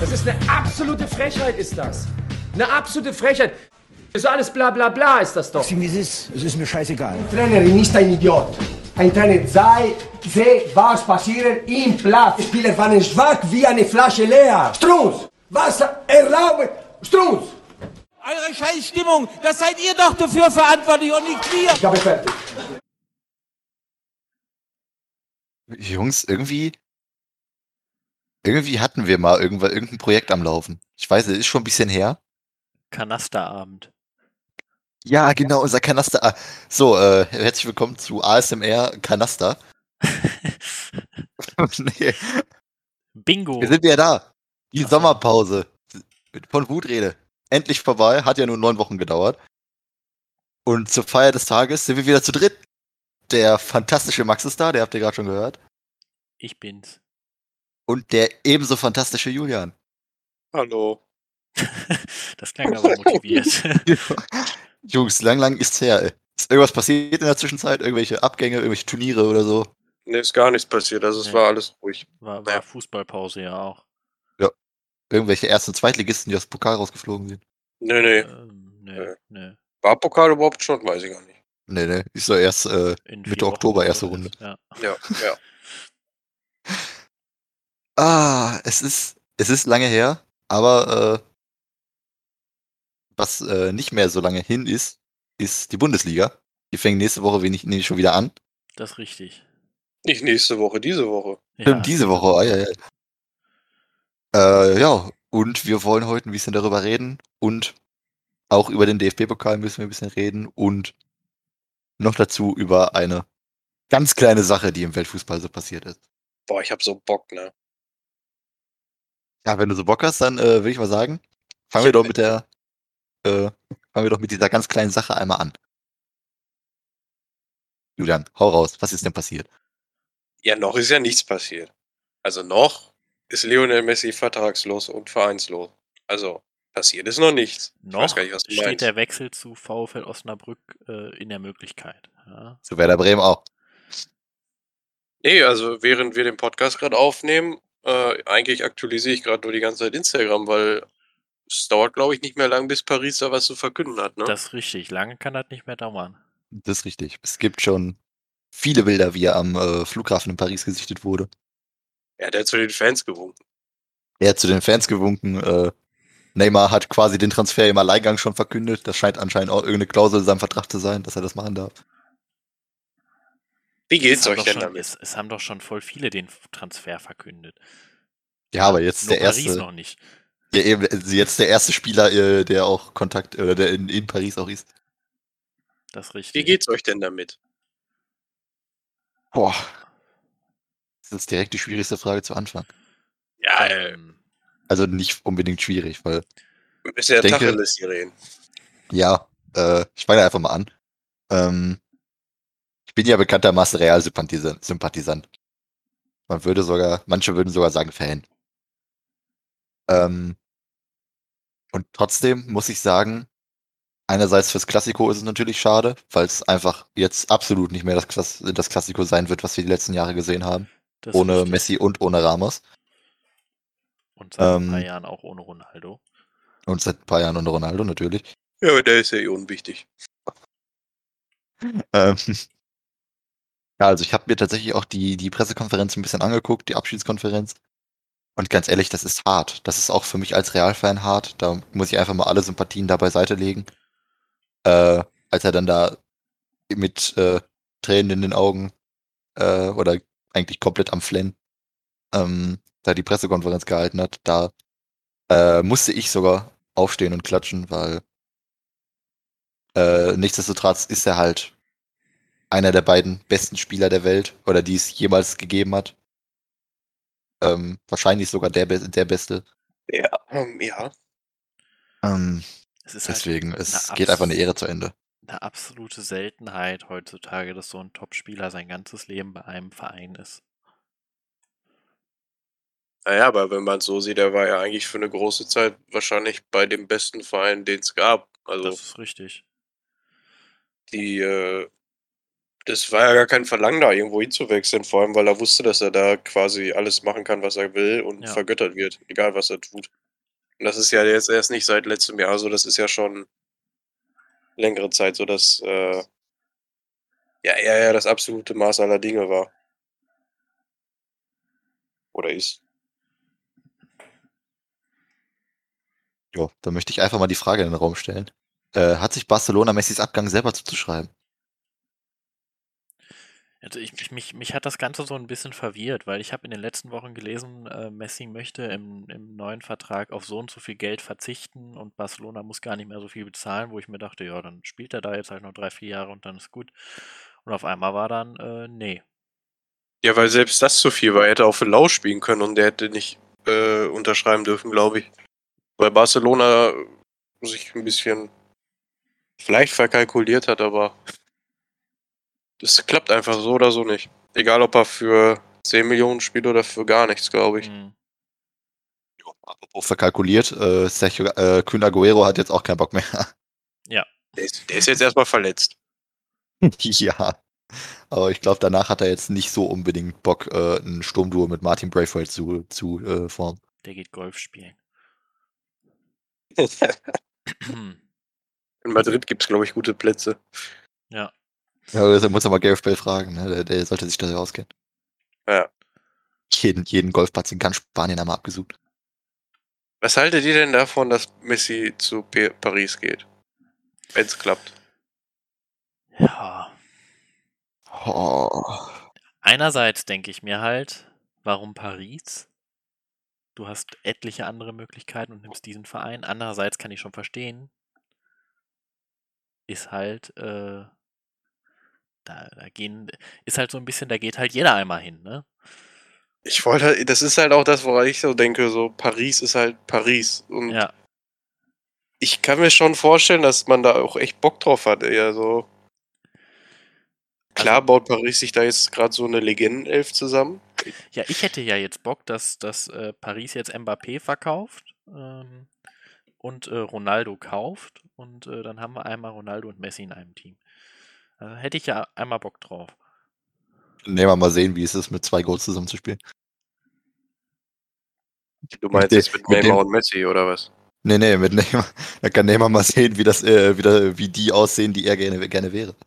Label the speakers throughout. Speaker 1: Das ist eine absolute Frechheit, ist das. Eine absolute Frechheit. Ist alles bla bla bla, ist das doch.
Speaker 2: Maxim, wie es ist, es ist mir scheißegal.
Speaker 3: Trainerin nicht ein Idiot. Ein Trainer sei, sehe, was passieren im Platz. Die Spieler waren schwach wie eine Flasche leer. Strunz! Was erlauben? Strunz!
Speaker 4: Eure scheiß Stimmung, das seid ihr doch dafür verantwortlich und nicht wir.
Speaker 3: Ich habe fertig.
Speaker 5: Jungs, irgendwie, irgendwie hatten wir mal irgendwann irgendein Projekt am Laufen. Ich weiß, es ist schon ein bisschen her.
Speaker 6: Kanasterabend.
Speaker 5: Ja, genau, unser Kanaster. So, äh, herzlich willkommen zu ASMR Kanaster. nee,
Speaker 6: Bingo.
Speaker 5: wir sind wieder da. Die
Speaker 6: Ach so.
Speaker 5: Sommerpause von Wutrede. Endlich vorbei, hat ja nur neun Wochen gedauert. Und zur Feier des Tages sind wir wieder zu dritt. Der fantastische Max ist da, der habt ihr gerade schon gehört.
Speaker 6: Ich bin's.
Speaker 5: Und der ebenso fantastische Julian.
Speaker 7: Hallo.
Speaker 6: Das klang aber motiviert.
Speaker 5: Jungs, lang, lang ist's her. Ey. Ist irgendwas passiert in der Zwischenzeit? Irgendwelche Abgänge, irgendwelche Turniere oder so?
Speaker 7: Nee, ist gar nichts passiert. Also es
Speaker 6: Nee.
Speaker 7: war alles ruhig.
Speaker 6: War, war Fußballpause ja auch.
Speaker 5: Irgendwelche ersten und Zweitligisten, die aus dem Pokal rausgeflogen sind?
Speaker 7: Nee, nee.
Speaker 6: Ähm, nö, nö.
Speaker 7: War Pokal überhaupt schon? Weiß ich gar nicht.
Speaker 5: Nee, nee. Ist doch erst, äh,
Speaker 6: In
Speaker 5: Mitte
Speaker 6: vier Wochen
Speaker 5: Oktober,
Speaker 6: oder
Speaker 5: erste
Speaker 6: so
Speaker 5: Runde.
Speaker 6: ist- Ja.
Speaker 7: Ja, ja.
Speaker 5: ah, es ist, es ist lange her, aber, äh, was, äh, nicht mehr so lange hin ist, ist die Bundesliga. Die fängt nächste Woche wenig, nee, schon wieder an.
Speaker 6: Das ist richtig.
Speaker 7: Nicht nächste Woche, diese Woche.
Speaker 6: Ja.
Speaker 5: Ähm, Diese Woche, ei, ei, ei. Äh, ja, und wir wollen heute ein bisschen darüber reden und auch über den DFB-Pokal müssen wir ein bisschen reden und noch dazu über eine ganz kleine Sache, die im Weltfußball so passiert ist.
Speaker 7: Boah, ich hab so Bock, ne?
Speaker 5: Ja, wenn du so Bock hast, dann äh, würde ich mal sagen, fangen wir doch mit der, äh, fangen wir doch mit dieser ganz kleinen Sache einmal an. Julian, hau raus, was ist denn passiert?
Speaker 7: Ja, noch ist ja nichts passiert. Also noch ist Lionel Messi vertragslos und vereinslos. Also passiert ist noch nichts.
Speaker 6: Noch
Speaker 7: weiß gar nicht, was du
Speaker 6: steht
Speaker 7: meinst.
Speaker 6: der Wechsel zu VfL Osnabrück äh, in der Möglichkeit. Ja.
Speaker 5: Zu Werder Bremen auch.
Speaker 7: Nee, also während wir den Podcast gerade aufnehmen, äh, eigentlich aktualisiere ich gerade nur die ganze Zeit Instagram, weil es dauert, glaube ich, nicht mehr lang, bis Paris da was zu verkünden hat, ne?
Speaker 6: Das ist richtig. Lange kann das nicht mehr dauern.
Speaker 5: Das ist richtig. Es gibt schon viele Bilder, wie er am äh, Flughafen in Paris gesichtet wurde.
Speaker 7: ja, der hat zu den Fans gewunken.
Speaker 5: Er hat zu den Fans gewunken. Äh, Neymar hat quasi den Transfer im Alleingang schon verkündet. Das scheint anscheinend auch irgendeine Klausel in seinem Vertrag zu sein, dass er das machen darf.
Speaker 7: Wie
Speaker 6: Es
Speaker 7: geht's
Speaker 6: haben
Speaker 7: euch
Speaker 6: doch
Speaker 7: denn
Speaker 6: schon,
Speaker 7: damit?
Speaker 6: Es, es haben doch schon voll viele den Transfer verkündet.
Speaker 5: Ja, aber jetzt
Speaker 6: Nur
Speaker 5: der
Speaker 6: Paris
Speaker 5: erste,
Speaker 6: noch nicht.
Speaker 5: der eben, also jetzt der erste Spieler, äh, der auch Kontakt oder der in, in Paris auch ist.
Speaker 6: Das ist richtig.
Speaker 7: Wie geht's euch denn damit?
Speaker 5: Boah. Das ist direkt die schwierigste Frage zu Anfang.
Speaker 7: Ja, äh,
Speaker 6: Ähm,
Speaker 5: Also nicht unbedingt schwierig, weil
Speaker 7: wir müssen ja
Speaker 5: ich denke-
Speaker 7: Tacheles hier reden.
Speaker 5: Ja, äh, ich fange einfach mal an. Ähm, ich bin ja bekanntermaßen Real-Sympathisant. Man würde sogar, manche würden sogar sagen Fan. Ähm, und trotzdem muss ich sagen, einerseits fürs Klassiko ist es natürlich schade, weil es einfach jetzt absolut nicht mehr das, Klass das Klassiko sein wird, was wir die letzten Jahre gesehen haben.
Speaker 6: das ist
Speaker 5: Ohne
Speaker 6: richtig.
Speaker 5: Messi und ohne Ramos.
Speaker 6: Und seit
Speaker 5: ähm,
Speaker 6: ein paar Jahren auch ohne Ronaldo.
Speaker 5: Und seit ein paar Jahren ohne Ronaldo natürlich.
Speaker 7: Ja, aber der ist ja eh unwichtig.
Speaker 5: Ähm, ja, also ich habe mir tatsächlich auch die, die Pressekonferenz ein bisschen angeguckt, die Abschiedskonferenz. Und ganz ehrlich, das ist hart. Das ist auch für mich als Realfan hart. Da muss ich einfach mal alle Sympathien da beiseite legen. Äh, als er dann da mit äh, Tränen in den Augen äh, oder eigentlich komplett am Flennen ähm, da die Pressekonferenz gehalten hat, da äh, musste ich sogar aufstehen und klatschen, weil äh, nichtsdestotrotz ist er halt einer der beiden besten Spieler der Welt oder die es jemals gegeben hat. Ähm, wahrscheinlich sogar der, Be der Beste.
Speaker 7: Ja, ähm, ja.
Speaker 5: Ähm,
Speaker 6: Es ist halt
Speaker 5: deswegen, es
Speaker 6: eine
Speaker 5: geht einfach eine
Speaker 6: Abs-
Speaker 5: Ehre zu Ende.
Speaker 6: eine absolute Seltenheit heutzutage, dass so ein Topspieler sein ganzes Leben bei einem Verein ist.
Speaker 7: Naja, aber wenn man es so sieht, er war ja eigentlich für eine große Zeit wahrscheinlich bei dem besten Verein, den es gab. Also
Speaker 6: Das ist richtig.
Speaker 7: die, äh, das war ja gar kein Verlangen, da irgendwo hinzuwechseln, vor allem, weil er wusste, dass er da quasi alles machen kann, was er will und
Speaker 6: Ja.
Speaker 7: vergöttert wird, egal was er tut. Und das ist ja jetzt erst nicht seit letztem Jahr so, das ist ja schon längere Zeit so, dass äh, ja, er ja das absolute Maß aller Dinge war. Oder ist.
Speaker 5: Jo, dann möchte ich einfach mal die Frage in den Raum stellen. Äh, hat sich Barcelona Messis Abgang selber zuzuschreiben?
Speaker 6: Also ich, mich- mich, mich hat das Ganze so ein bisschen verwirrt, weil ich habe in den letzten Wochen gelesen, äh, Messi möchte im, im neuen Vertrag auf so und so viel Geld verzichten und Barcelona muss gar nicht mehr so viel bezahlen, wo ich mir dachte, ja, dann spielt er da jetzt halt noch drei, vier Jahre und dann ist gut. Und auf einmal war dann, äh, nee.
Speaker 7: Ja, weil selbst das zu viel war. Er hätte auch für Lau spielen können und der hätte nicht äh, unterschreiben dürfen, glaube ich. Weil Barcelona sich ein bisschen vielleicht verkalkuliert hat, aber das klappt einfach so oder so nicht. Egal, ob er für 10 Millionen spielt oder für gar nichts, glaube ich.
Speaker 6: Hm.
Speaker 5: Jo, apropos verkalkuliert, äh, Sergio äh, Kühn Aguero hat jetzt auch keinen Bock mehr.
Speaker 7: Der ist, der ist jetzt erstmal verletzt.
Speaker 5: ja. Aber ich glaube, danach hat er jetzt nicht so unbedingt Bock, äh, ein Sturmduo mit Martin Braithwaite zu, zu äh, formen.
Speaker 6: Der geht Golf spielen.
Speaker 7: In Madrid gibt es, glaube ich, gute Plätze.
Speaker 5: Ja, also muss er mal Gareth Bale fragen, ne? der, der sollte sich da auskennen.
Speaker 7: Ja.
Speaker 5: Jeden, jeden Golfplatz in ganz Spanien einmal abgesucht.
Speaker 7: Was haltet ihr denn davon, dass Messi zu P Paris geht? Wenn es klappt.
Speaker 6: ja.
Speaker 5: Oh.
Speaker 6: Einerseits denke ich mir halt, warum Paris? Du hast etliche andere Möglichkeiten und nimmst diesen Verein. Andererseits kann ich schon verstehen, ist halt, äh, da, da gehen, ist halt so ein bisschen, da geht halt jeder einmal hin, ne?
Speaker 7: Ich wollte, halt- das ist halt auch das, woran ich so denke, so Paris ist halt Paris. Und
Speaker 6: Ja,
Speaker 7: ich kann mir schon vorstellen, dass man da auch echt Bock drauf hat. Ey. Also,
Speaker 5: Also
Speaker 7: klar baut Paris sich da jetzt gerade so eine Legendenelf zusammen.
Speaker 6: ja, ich hätte ja jetzt Bock, dass, dass äh, Paris jetzt Mbappé verkauft ähm, und äh, Ronaldo kauft und äh, dann haben wir einmal Ronaldo und Messi in einem Team. Da hätte ich ja einmal Bock drauf.
Speaker 5: Nehmen wir mal sehen, wie es ist, mit zwei Goals zusammenzuspielen.
Speaker 7: Du
Speaker 5: meinst
Speaker 7: meinst
Speaker 5: jetzt
Speaker 7: jetzt
Speaker 5: mit
Speaker 7: mit
Speaker 5: dem-
Speaker 7: Neymar und Messi oder was?
Speaker 5: Nee, nee, mit Neymar. Da kann Neymar mal sehen, wie das, äh, wieder, wie die aussehen, die er gerne, gerne wäre.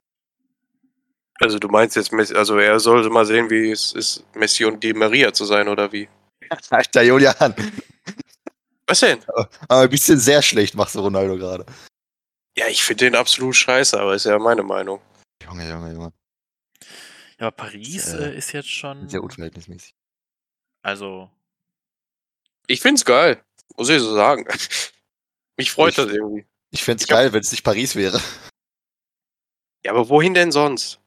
Speaker 7: Also, du meinst jetzt, Messi, also er sollte mal sehen, wie es ist, Messi und Di Maria zu sein oder wie?
Speaker 5: Alter Julian,
Speaker 7: Was denn?
Speaker 5: aber ein bisschen sehr schlecht machst du Ronaldo gerade.
Speaker 7: Ja, ich finde den absolut scheiße, aber ist ja meine Meinung.
Speaker 5: Junge, Junge, Junge.
Speaker 6: Ja, aber Paris
Speaker 5: äh,
Speaker 6: äh, ist jetzt schon.
Speaker 7: Mhm.
Speaker 5: Sehr unverhältnismäßig.
Speaker 6: Also,
Speaker 7: Ich find's geil, muss ich so sagen. Mich freut
Speaker 5: Ich-
Speaker 7: das irgendwie.
Speaker 5: Ich fänd's
Speaker 7: Ich hab-
Speaker 5: geil, wenn es nicht Paris wäre.
Speaker 7: Ja, aber wohin denn sonst?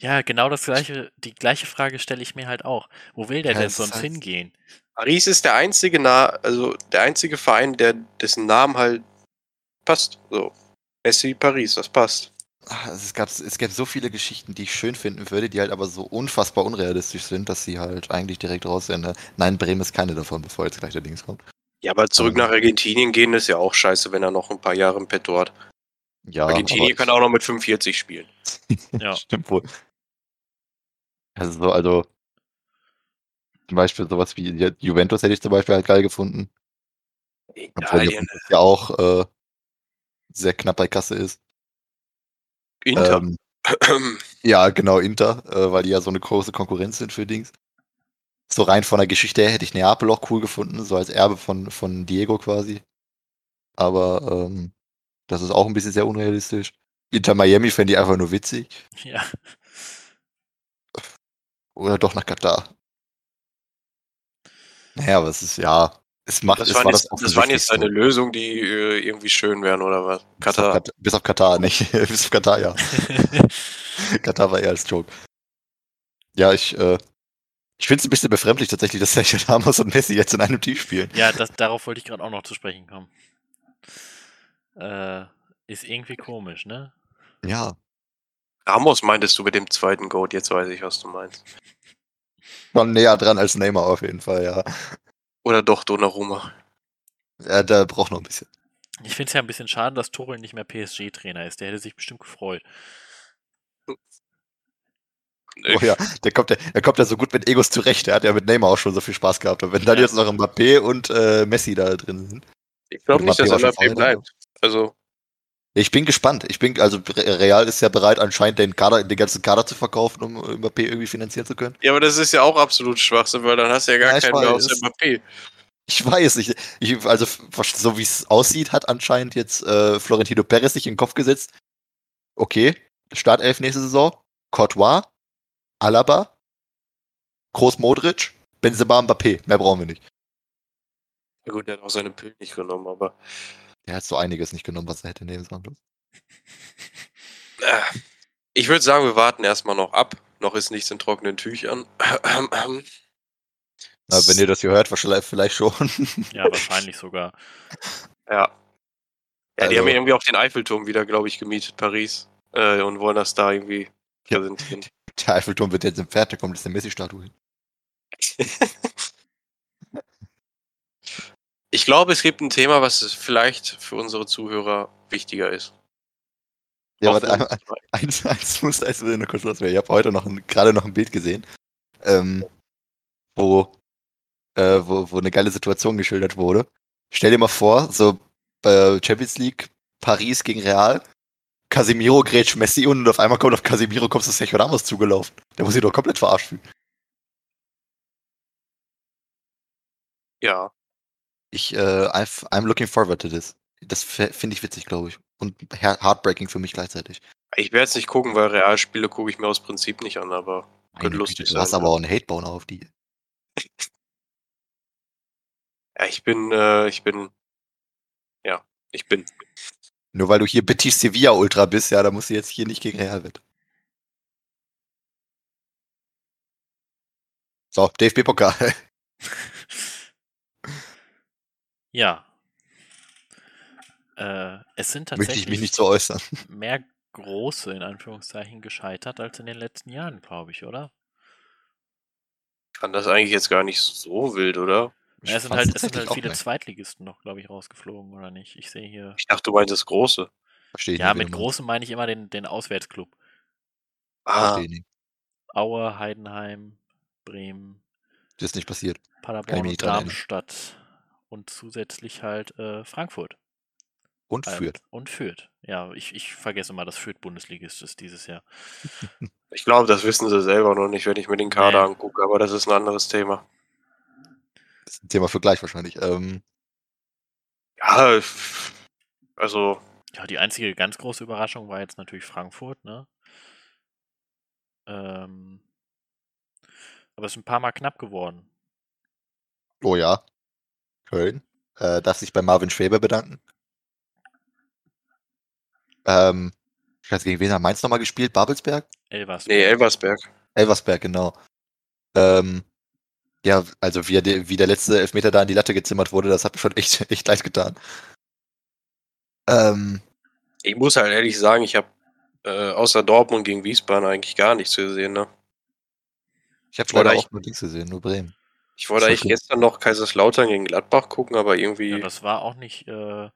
Speaker 6: ja, genau das gleiche, die gleiche Frage stelle ich mir halt auch. Wo will der
Speaker 5: Ja,
Speaker 6: denn
Speaker 5: das
Speaker 6: sonst
Speaker 5: heißt-
Speaker 6: hingehen?
Speaker 7: Paris ist der einzige, Na also der einzige Verein, der dessen Namen halt passt. So. Messi Paris, das passt.
Speaker 5: Ah, also Es gab, es gäbe so viele Geschichten, die ich schön finden würde, die halt aber so unfassbar unrealistisch sind, dass sie halt eigentlich direkt raus sind. ne? Nein, Bremen ist keine davon, bevor jetzt gleich der Dings kommt.
Speaker 7: Ja, aber zurück
Speaker 5: Ähm.
Speaker 7: nach Argentinien gehen ist ja auch scheiße, wenn er noch ein paar Jahre im Petto hat.
Speaker 5: Ja,
Speaker 7: Argentinien kann auch noch mit 45 spielen.
Speaker 6: Ja.
Speaker 5: Stimmt wohl. Also, so, also zum Beispiel sowas wie Ju- Juventus hätte ich zum Beispiel halt geil gefunden. Obwohl
Speaker 7: Italien,
Speaker 5: Juventus ja auch äh, sehr knapp bei Kasse ist.
Speaker 7: Inter.
Speaker 5: Ähm, ja, genau, Inter, äh, weil die ja so eine große Konkurrenz sind für Dings. So rein von der Geschichte her hätte ich Neapel auch cool gefunden, so als Erbe von, von Diego quasi. Aber ähm, das ist auch ein bisschen sehr unrealistisch. Inter Miami fände ich einfach nur witzig.
Speaker 6: ja.
Speaker 5: Oder doch nach Katar. Naja, aber es ist ja. Es macht
Speaker 7: das,
Speaker 5: es
Speaker 7: waren
Speaker 5: war
Speaker 7: jetzt,
Speaker 5: das
Speaker 7: das waren jetzt halt
Speaker 5: offensichtlichste.
Speaker 7: seine Lösungen, die äh, irgendwie schön wären oder was?
Speaker 5: Bis auf,
Speaker 7: Katar.
Speaker 5: Kat- bis auf Katar, nicht. bis auf Katar, ja. Katar war eher als Joke. Ja, ich, äh, ich finde es ein bisschen befremdlich tatsächlich, dass Sergio Ramos und Messi jetzt in einem Team spielen.
Speaker 6: ja, das, darauf wollte ich gerade auch noch zu sprechen kommen. Äh, ist irgendwie komisch, ne?
Speaker 5: Ja.
Speaker 7: Ramos meintest du mit dem zweiten Goat, jetzt weiß ich, was du meinst.
Speaker 5: War näher dran als Neymar auf jeden Fall, ja.
Speaker 7: Oder doch Donnarumma.
Speaker 5: ja der braucht noch ein bisschen.
Speaker 6: Ich finde es ja ein bisschen schade, dass Tuchel nicht mehr PSG-Trainer ist. Der hätte sich bestimmt gefreut.
Speaker 5: Oh ja, der kommt, ja- der kommt ja so gut mit Egos zurecht. Der hat ja mit Neymar auch schon so viel Spaß gehabt. Und wenn dann
Speaker 6: Ja.
Speaker 5: jetzt noch Mbappé und äh, Messi da drin sind.
Speaker 7: Ich glaube
Speaker 5: Und
Speaker 7: nicht, dass
Speaker 5: Mbappé war schon
Speaker 7: Mbappé
Speaker 5: vorher
Speaker 7: bleibt. Also,
Speaker 5: Ich bin gespannt. Ich bin, also Re- Real ist ja bereit, anscheinend den Kader, den ganzen Kader zu verkaufen, um äh, Mbappé irgendwie finanzieren zu können.
Speaker 7: ja, aber das ist ja auch absolut Schwachsinn, weil dann hast du ja gar
Speaker 5: Ja, ich
Speaker 7: keinen mehr aus
Speaker 5: weiß.
Speaker 7: Mbappé.
Speaker 5: Ich weiß nicht. Ich, also, f- so wie es aussieht, hat anscheinend jetzt äh, Florentino Perez sich in den Kopf gesetzt. Okay, Startelf nächste Saison. Courtois, Alaba, Groß Modric, Benzema Mbappé. Mehr brauchen wir nicht.
Speaker 7: Ja gut, der hat auch seine Pillen nicht genommen, aber
Speaker 5: Der hat so einiges nicht genommen, was er hätte nehmen sollen.
Speaker 7: äh, ich würde sagen, wir warten erstmal noch ab. Noch ist nichts in trockenen Tüchern.
Speaker 5: Na, wenn ihr das hier hört, wahrscheinlich vielleicht schon.
Speaker 6: Ja, wahrscheinlich sogar.
Speaker 7: Ja. Ja, die
Speaker 5: Also-
Speaker 7: haben ja irgendwie auch den Eiffelturm wieder, glaube ich, gemietet, Paris. Äh, und wollen das da irgendwie
Speaker 5: Ja.
Speaker 7: präsentieren.
Speaker 5: Der Eiffelturm wird jetzt im Pferd, da kommt jetzt eine Messi-Statue hin.
Speaker 7: Ich glaube, es gibt ein Thema, was es vielleicht für unsere Zuhörer wichtiger ist.
Speaker 5: Ja,
Speaker 7: Auch
Speaker 5: warte,
Speaker 7: für uns
Speaker 5: einmal-
Speaker 7: drei.
Speaker 5: eins, eins muss eins muss ich noch kurz loswerden. Ich habe heute noch ein, gerade noch ein Bild gesehen, ähm, wo, äh, wo, wo eine geile Situation geschildert wurde. Stell dir mal vor, so äh, Champions League, Paris gegen Real, Casemiro grätscht Messi und auf einmal kommt auf Casemiro kommst du Sergio Ramos zugelaufen. Der muss sich doch komplett verarscht fühlen.
Speaker 7: ja.
Speaker 5: Ich, äh, I've- I'm looking forward to this. Das finde ich witzig, glaube ich. Und heart- heartbreaking für mich gleichzeitig.
Speaker 7: Ich werde es nicht gucken, weil Realspiele gucke ich mir aus Prinzip nicht an, aber Könnte
Speaker 5: Meine
Speaker 7: lustig
Speaker 5: Güte, Du
Speaker 7: sein,
Speaker 5: hast
Speaker 7: ja.
Speaker 5: aber auch einen Hatebone auf die.
Speaker 7: ja, ich bin, äh, ich bin, ja, ich bin.
Speaker 5: Nur weil du hier Betis Sevilla Ultra bist, ja, da musst du jetzt hier nicht gegen Real wetten. So, DFB-Pokal.
Speaker 6: Ja. Äh, es sind
Speaker 5: Möchte
Speaker 6: tatsächlich
Speaker 5: ich mich nicht so äußern.
Speaker 6: mehr große, in Anführungszeichen, gescheitert als in den letzten Jahren, glaube ich, oder?
Speaker 7: Kann das eigentlich jetzt gar nicht so wild, oder?
Speaker 6: Ja, es sind
Speaker 5: fand's
Speaker 6: halt, es sind
Speaker 5: tatsächlich
Speaker 6: halt
Speaker 5: auch
Speaker 6: viele
Speaker 5: geil.
Speaker 6: Zweitligisten noch, glaube ich, rausgeflogen, oder nicht? Ich sehe hier.
Speaker 7: Ich dachte, du meinst das Große.
Speaker 5: Verstehe ich
Speaker 6: Ja,
Speaker 5: nicht,
Speaker 6: mit
Speaker 5: wenn du meinst.
Speaker 6: großem meine ich immer den, den Auswärtsclub.
Speaker 7: Ah,
Speaker 5: Verstehe ich nicht.
Speaker 6: Aue, Heidenheim, Bremen,
Speaker 5: Das ist nicht passiert.
Speaker 6: Paderborn
Speaker 5: nicht
Speaker 6: und
Speaker 5: dran erinnern.
Speaker 6: Darmstadt. Und zusätzlich halt äh, Frankfurt.
Speaker 5: Und
Speaker 6: Ähm,
Speaker 5: führt.
Speaker 6: Und Fürth. Ja, ich, ich vergesse mal, dass Fürth Bundesligist ist dieses Jahr.
Speaker 7: ich glaube, das wissen sie selber noch nicht, wenn ich mir den Kader
Speaker 6: Nee.
Speaker 7: angucke, aber das ist ein anderes Thema.
Speaker 5: Das ist ein Thema für gleich wahrscheinlich. Ähm,
Speaker 7: Ja, f- also
Speaker 6: Ja, die einzige ganz große Überraschung war jetzt natürlich Frankfurt, ne? Ähm, aber es ist ein paar Mal knapp geworden.
Speaker 5: oh ja. Köln. Äh, darf sich bei Marvin Schweber bedanken. Ähm, ich weiß gegen wen hat Mainz nochmal gespielt? Babelsberg?
Speaker 6: Elversberg.
Speaker 7: nee, Elversberg.
Speaker 5: Elversberg, genau. Ähm, ja, also wie, er de- wie der letzte Elfmeter da an die Latte gezimmert wurde, das hat mir schon echt, echt leid getan. Ähm,
Speaker 7: Ich muss halt ehrlich sagen, ich habe äh, außer Dortmund gegen Wiesbaden eigentlich gar nichts gesehen. Ne?
Speaker 5: ich habe
Speaker 7: Oder
Speaker 5: leider
Speaker 7: ich-
Speaker 5: auch nur Dings gesehen, nur Bremen.
Speaker 7: Ich wollte
Speaker 5: Ist
Speaker 7: eigentlich
Speaker 5: okay.
Speaker 7: gestern noch Kaiserslautern gegen Gladbach gucken, aber irgendwie.
Speaker 6: Ja, das war auch nicht, äh,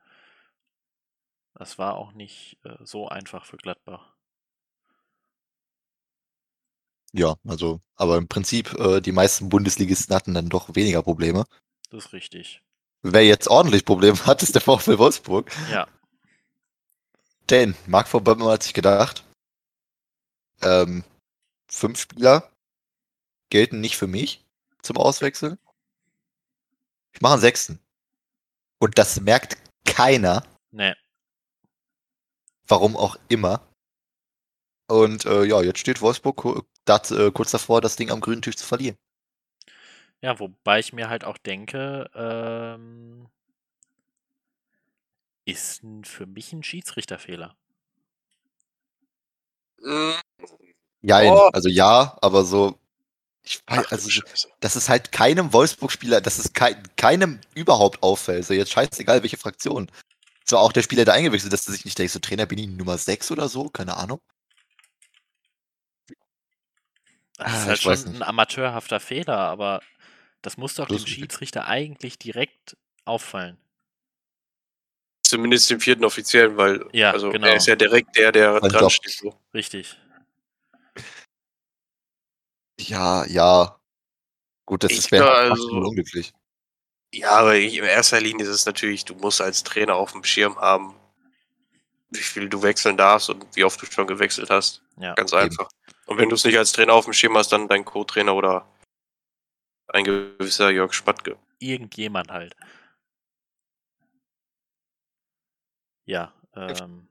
Speaker 6: das war auch nicht äh, so einfach für Gladbach.
Speaker 5: Ja, also, aber im Prinzip, äh, die meisten Bundesligisten hatten dann doch weniger Probleme.
Speaker 6: Das ist richtig.
Speaker 5: Wer jetzt ordentlich Probleme hat, ist der VfL Wolfsburg.
Speaker 6: Ja.
Speaker 5: Denn Marc von Böhmer hat sich gedacht, ähm, fünf Spieler gelten nicht für mich zum Auswechseln. Ich mache einen sechsten. Und das merkt keiner,
Speaker 6: Nee,
Speaker 5: warum auch immer. Und äh, ja, jetzt steht Wolfsburg ku- dat, äh, kurz davor, das Ding am grünen Tisch zu verlieren.
Speaker 6: ja, wobei ich mir halt auch denke, ähm, ist n- für mich ein Schiedsrichterfehler.
Speaker 7: Mm,
Speaker 5: Jein,
Speaker 7: Oh.
Speaker 5: also ja, aber so, ich weiß, also
Speaker 7: ach, also, Scheiße.
Speaker 5: dass es halt keinem Wolfsburg-Spieler, dass es kei keinem überhaupt auffällt. So jetzt scheißegal, welche Fraktion. Zwar auch der Spieler, der eingewechselt ist, dass er sich nicht denkt, so Trainer bin ich Nummer 6 oder so, keine Ahnung.
Speaker 6: Das ist
Speaker 5: Ah,
Speaker 6: halt
Speaker 5: ich weiß
Speaker 6: schon
Speaker 5: nicht.
Speaker 6: ein amateurhafter Fehler, aber das muss doch
Speaker 5: Das
Speaker 6: dem
Speaker 5: ist richtig.
Speaker 6: Schiedsrichter eigentlich direkt auffallen.
Speaker 7: Zumindest dem vierten Offiziellen, weil
Speaker 6: Ja,
Speaker 7: also
Speaker 6: genau.
Speaker 7: er ist ja direkt der, der
Speaker 5: Sein
Speaker 7: dran
Speaker 5: Job.
Speaker 7: steht. So.
Speaker 6: Richtig.
Speaker 5: Ja, ja. Gut, das
Speaker 7: Ich
Speaker 5: ist wäre
Speaker 7: da
Speaker 5: halt
Speaker 7: also-
Speaker 5: absolut unglücklich.
Speaker 7: Ja, aber ich, in erster Linie ist es natürlich, du musst als Trainer auf dem Schirm haben, wie viel du wechseln darfst und wie oft du schon gewechselt hast.
Speaker 6: Ja.
Speaker 7: Ganz
Speaker 5: Eben.
Speaker 7: einfach. Und wenn du es nicht als Trainer auf dem Schirm hast, dann dein Co-Trainer oder ein gewisser Jörg Spatke.
Speaker 6: Irgendjemand halt. Ja, ähm,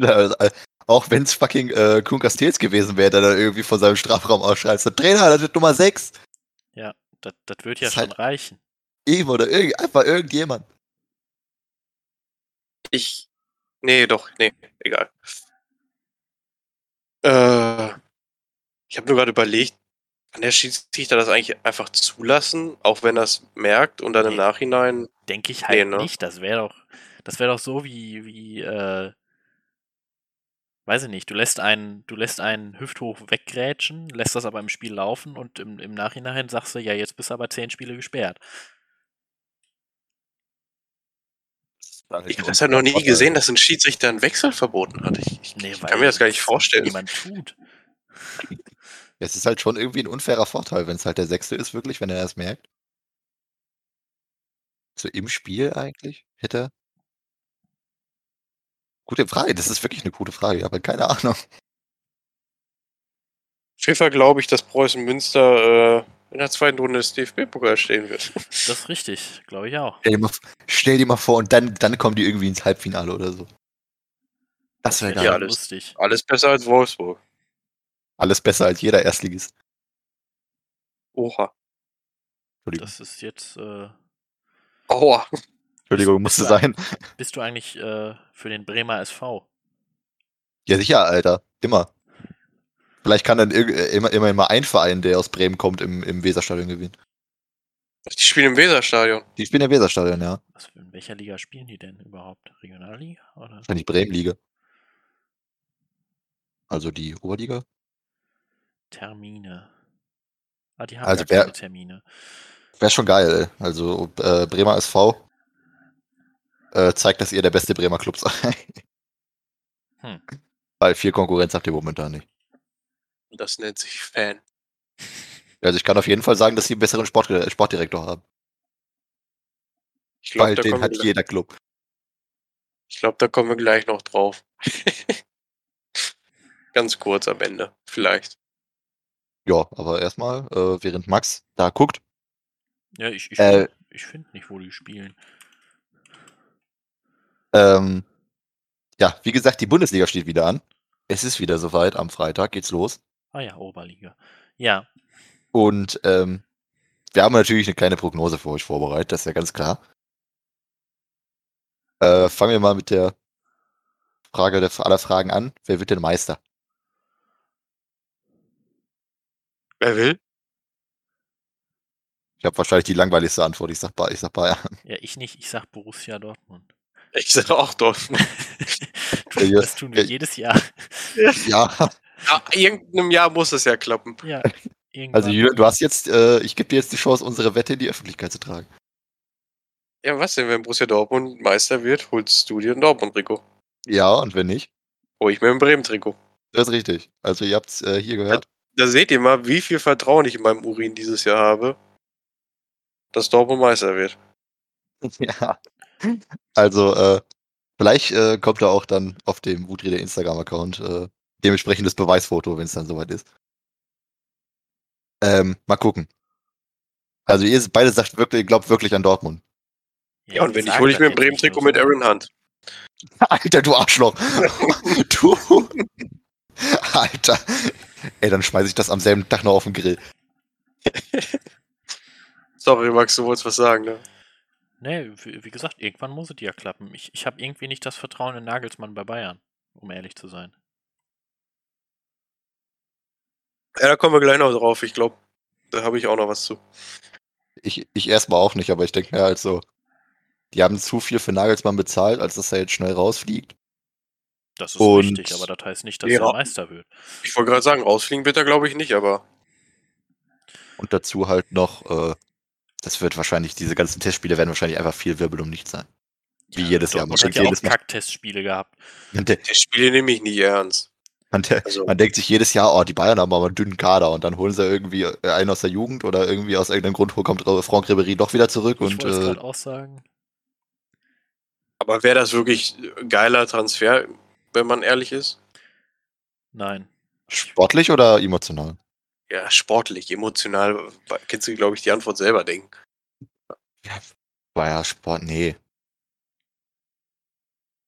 Speaker 5: Also, äh, Auch wenn es fucking äh, Kuhn Castells gewesen wäre, der da irgendwie von seinem Strafraum ausschreit, so, Trainer, das ist Nummer 6.
Speaker 6: das, das wird ja
Speaker 5: Ist
Speaker 6: schon
Speaker 5: halt-
Speaker 6: reichen.
Speaker 5: Ihm oder irgend, einfach irgendjemand.
Speaker 7: Ich. Nee, doch, nee, egal. Äh, ich habe nur gerade überlegt, kann der Schiedsrichter das eigentlich einfach zulassen, auch wenn er es merkt und dann im
Speaker 6: Nee.
Speaker 7: Nachhinein.
Speaker 6: Denke ich halt
Speaker 7: ne?
Speaker 6: nicht. Das wäre doch, das wäre doch so wie, wie, äh, weiß ich nicht, du lässt einen, du lässt einen hüfthoch weggrätschen, lässt das aber im Spiel laufen und im, im Nachhinein sagst du, ja, jetzt bist du aber zehn Spiele gesperrt.
Speaker 5: halt
Speaker 7: Ich habe das ja noch nie gesehen, dass ein Schiedsrichter einen Wechsel verboten hat. Ich, ich,
Speaker 6: Nee,
Speaker 7: ich
Speaker 6: weil
Speaker 7: kann mir das gar nicht vorstellen.
Speaker 6: Niemand tut.
Speaker 5: Es ist halt schon irgendwie ein unfairer Vorteil, wenn es halt der Sechste ist, wirklich, wenn er das merkt. So im Spiel eigentlich hätte er. Gute Frage, das ist wirklich eine gute Frage, aber keine Ahnung.
Speaker 7: Auf jeden Fall glaube ich, dass Preußen Münster äh, in der zweiten Runde des DFB-Pokals stehen wird.
Speaker 6: Das ist richtig, glaube ich auch.
Speaker 5: Stell dir mal, stell dir mal vor und dann, dann kommen die irgendwie ins Halbfinale oder so. Das wäre
Speaker 6: Wär
Speaker 5: geil.
Speaker 7: ja
Speaker 6: schon
Speaker 7: alles.
Speaker 6: lustig.
Speaker 7: Alles besser als Wolfsburg.
Speaker 5: Alles besser als jeder Erstligist.
Speaker 7: Oha.
Speaker 5: Entschuldigung,
Speaker 6: Das ist jetzt, äh,
Speaker 7: Aua.
Speaker 5: Entschuldigung musste
Speaker 6: das war-
Speaker 5: sein.
Speaker 6: bist du eigentlich äh, für den Bremer SV?
Speaker 5: Ja, sicher, Alter. Immer. Vielleicht kann dann irg- äh, immer, immerhin mal ein Verein, der aus Bremen kommt, im, im Weserstadion gewinnen.
Speaker 7: Die spielen im Weserstadion.
Speaker 5: Die spielen im Weserstadion, ja.
Speaker 6: Was, in welcher Liga spielen die denn überhaupt? Regionalliga? Oder?
Speaker 5: Wahrscheinlich Bremen-Liga. Also die Oberliga.
Speaker 6: Termine. Ah, die haben
Speaker 5: Also
Speaker 6: also gar
Speaker 5: wer-
Speaker 6: keine Termine.
Speaker 5: Wäre schon geil, ey. Also äh, Bremer SV äh, zeigt, dass ihr der beste Bremer Club seid.
Speaker 6: Hm.
Speaker 5: Weil viel Konkurrenz habt ihr momentan nicht.
Speaker 7: Das nennt sich Fan.
Speaker 5: Also ich kann auf jeden Fall sagen, dass sie einen besseren Sport, äh, Sportdirektor haben.
Speaker 7: Ich
Speaker 5: Weil
Speaker 7: glaube, da,
Speaker 5: den
Speaker 7: kommen wir
Speaker 5: hat
Speaker 7: gleich-
Speaker 5: jeder Club.
Speaker 7: ich glaub, da kommen wir gleich noch drauf. Ganz kurz am Ende, vielleicht.
Speaker 5: Ja, aber erstmal, äh, während Max da guckt,
Speaker 6: Ja, ich, ich,
Speaker 5: Äh,
Speaker 6: ich finde nicht, wo die spielen.
Speaker 5: ähm, ja, wie gesagt, die Bundesliga steht wieder an. Es ist wieder soweit, am Freitag geht's los.
Speaker 6: Ah ja, Oberliga. Ja,
Speaker 5: Und ähm, wir haben natürlich eine kleine Prognose für euch vorbereitet, das ist ja ganz klar. Äh, fangen wir mal mit der Frage der, aller Fragen an. Wer wird denn Meister?
Speaker 7: Wer will?
Speaker 5: Ich habe wahrscheinlich die langweiligste Antwort. Ich sag, Ba- ich sag Bayern.
Speaker 6: ja, ich nicht. Ich sag Borussia Dortmund.
Speaker 7: Ich sage auch Dortmund.
Speaker 6: Tu-
Speaker 5: Ja, äh,
Speaker 6: das tun wir
Speaker 5: ja.
Speaker 6: jedes Jahr.
Speaker 5: Ja,
Speaker 7: Ja, Ah, irgendeinem Jahr muss es ja klappen.
Speaker 6: Ja, irgendwann.
Speaker 5: also Julian, du hast jetzt, äh, ich gebe dir jetzt die Chance, unsere Wette in die Öffentlichkeit zu tragen.
Speaker 7: Ja, was denn, wenn Borussia Dortmund Meister wird, holst du dir ein Dortmund-Trikot.
Speaker 5: Ja, und wenn nicht,
Speaker 7: Hol Oh, ich mir ein Bremen-Trikot.
Speaker 5: das ist richtig. Also ihr habt's äh, hier gehört.
Speaker 7: Da seht ihr mal, wie viel Vertrauen ich in meinem Urin dieses Jahr habe, dass Dortmund Meister wird.
Speaker 5: Ja. Also äh, vielleicht äh, kommt da auch dann auf dem Wutreder Instagram-Account äh, dementsprechendes Beweisfoto, wenn es dann soweit ist. Ähm, mal gucken. Also ihr beide sagt wirklich, ihr glaubt wirklich an Dortmund.
Speaker 7: Ja, und
Speaker 6: die
Speaker 7: wenn nicht,
Speaker 6: sagen
Speaker 7: hole ich mir ein
Speaker 6: das jetzt nicht
Speaker 7: Bremen-Trikot
Speaker 6: nur
Speaker 7: mit
Speaker 6: so.
Speaker 7: Aaron Hunt.
Speaker 5: Alter, du Arschloch. du. Alter. Ey, dann schmeiße ich das am selben Tag noch auf den Grill.
Speaker 7: Sorry, Max, du wolltest was sagen, ne?
Speaker 6: Nee, wie, wie gesagt, irgendwann muss es ja klappen. Ich, ich habe irgendwie nicht das Vertrauen in Nagelsmann bei Bayern, um ehrlich zu sein.
Speaker 7: Ja, da kommen wir gleich noch drauf. Ich glaube, da habe ich auch noch was zu.
Speaker 5: Ich, ich erstmal auch nicht, aber ich denke mir halt so, die haben zu viel für Nagelsmann bezahlt, als dass er jetzt schnell rausfliegt.
Speaker 6: Das ist
Speaker 5: Und-
Speaker 6: richtig, aber das heißt nicht, dass
Speaker 7: Ja.
Speaker 6: er Meister wird.
Speaker 7: Ich wollte gerade sagen, rausfliegen wird er, glaube ich, nicht, aber
Speaker 5: Und dazu halt noch, äh, das wird wahrscheinlich, diese ganzen Testspiele werden wahrscheinlich einfach viel Wirbel um nichts sein. Wie jedes Jahr. Man
Speaker 6: Dortmund hat
Speaker 5: denkt
Speaker 6: ja auch
Speaker 5: jedes Mal.
Speaker 6: Kacktestspiele gehabt.
Speaker 5: Und der-
Speaker 7: das Spiel nehme ich nicht ernst.
Speaker 5: Man, de
Speaker 7: Also-
Speaker 5: man denkt sich jedes Jahr, oh, die Bayern haben aber einen dünnen Kader und dann holen sie irgendwie äh, einen aus der Jugend oder irgendwie aus irgendeinem Grund kommt äh, Franck Ribery doch wieder zurück
Speaker 6: Ich
Speaker 5: und
Speaker 6: wollte es
Speaker 5: äh,
Speaker 6: gerade auch sagen.
Speaker 7: Aber wäre das wirklich ein geiler Transfer, wenn man ehrlich ist?
Speaker 6: Nein.
Speaker 5: sportlich oder emotional?
Speaker 7: Ja, sportlich, emotional, kannst du, glaube ich, die Antwort selber denken.
Speaker 5: War ja Sport, nee.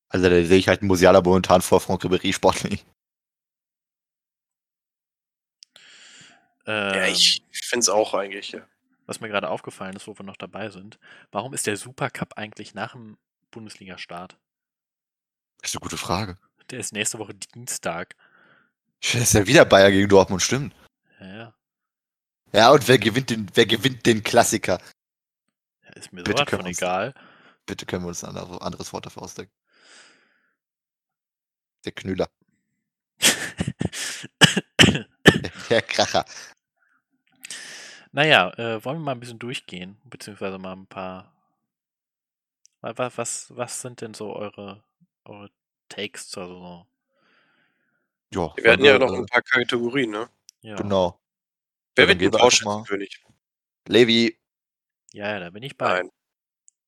Speaker 5: Also da sehe ich halt Musiala momentan vor Franck Ribery sportlich.
Speaker 6: Ähm,
Speaker 7: Ja, ich finde es auch eigentlich. Ja.
Speaker 6: Was mir gerade aufgefallen ist, wo wir noch dabei sind. Warum ist der Supercup eigentlich nach dem Bundesliga-Start?
Speaker 5: Das ist eine gute Frage.
Speaker 6: Der ist nächste Woche Dienstag.
Speaker 5: Das ist ja wieder Bayern gegen Dortmund, stimmt.
Speaker 6: Ja, ja.
Speaker 5: Ja, und wer gewinnt den, wer gewinnt den Klassiker?
Speaker 6: Ja, Ist mir
Speaker 5: Bitte
Speaker 6: sowas
Speaker 5: können
Speaker 6: von
Speaker 5: wir uns-
Speaker 6: egal.
Speaker 5: Bitte können wir uns ein andere- anderes Wort dafür ausdenken. Der Knüller. Der Kracher.
Speaker 6: naja, äh, wollen wir mal ein bisschen durchgehen, beziehungsweise mal ein paar. wa- wa- Was, was sind denn so eure, eure Takes zur Saison?
Speaker 5: Ja,
Speaker 7: Wir hatten ja noch
Speaker 5: äh,
Speaker 7: ein paar Kategorien, ne?
Speaker 6: Ja.
Speaker 5: Genau.
Speaker 7: Wer
Speaker 5: dann
Speaker 7: wird denn
Speaker 5: gehen wir einfach mal-
Speaker 7: Torschützenkönig?
Speaker 5: Levi,
Speaker 6: ja, ja, da bin ich bei.
Speaker 7: Nein.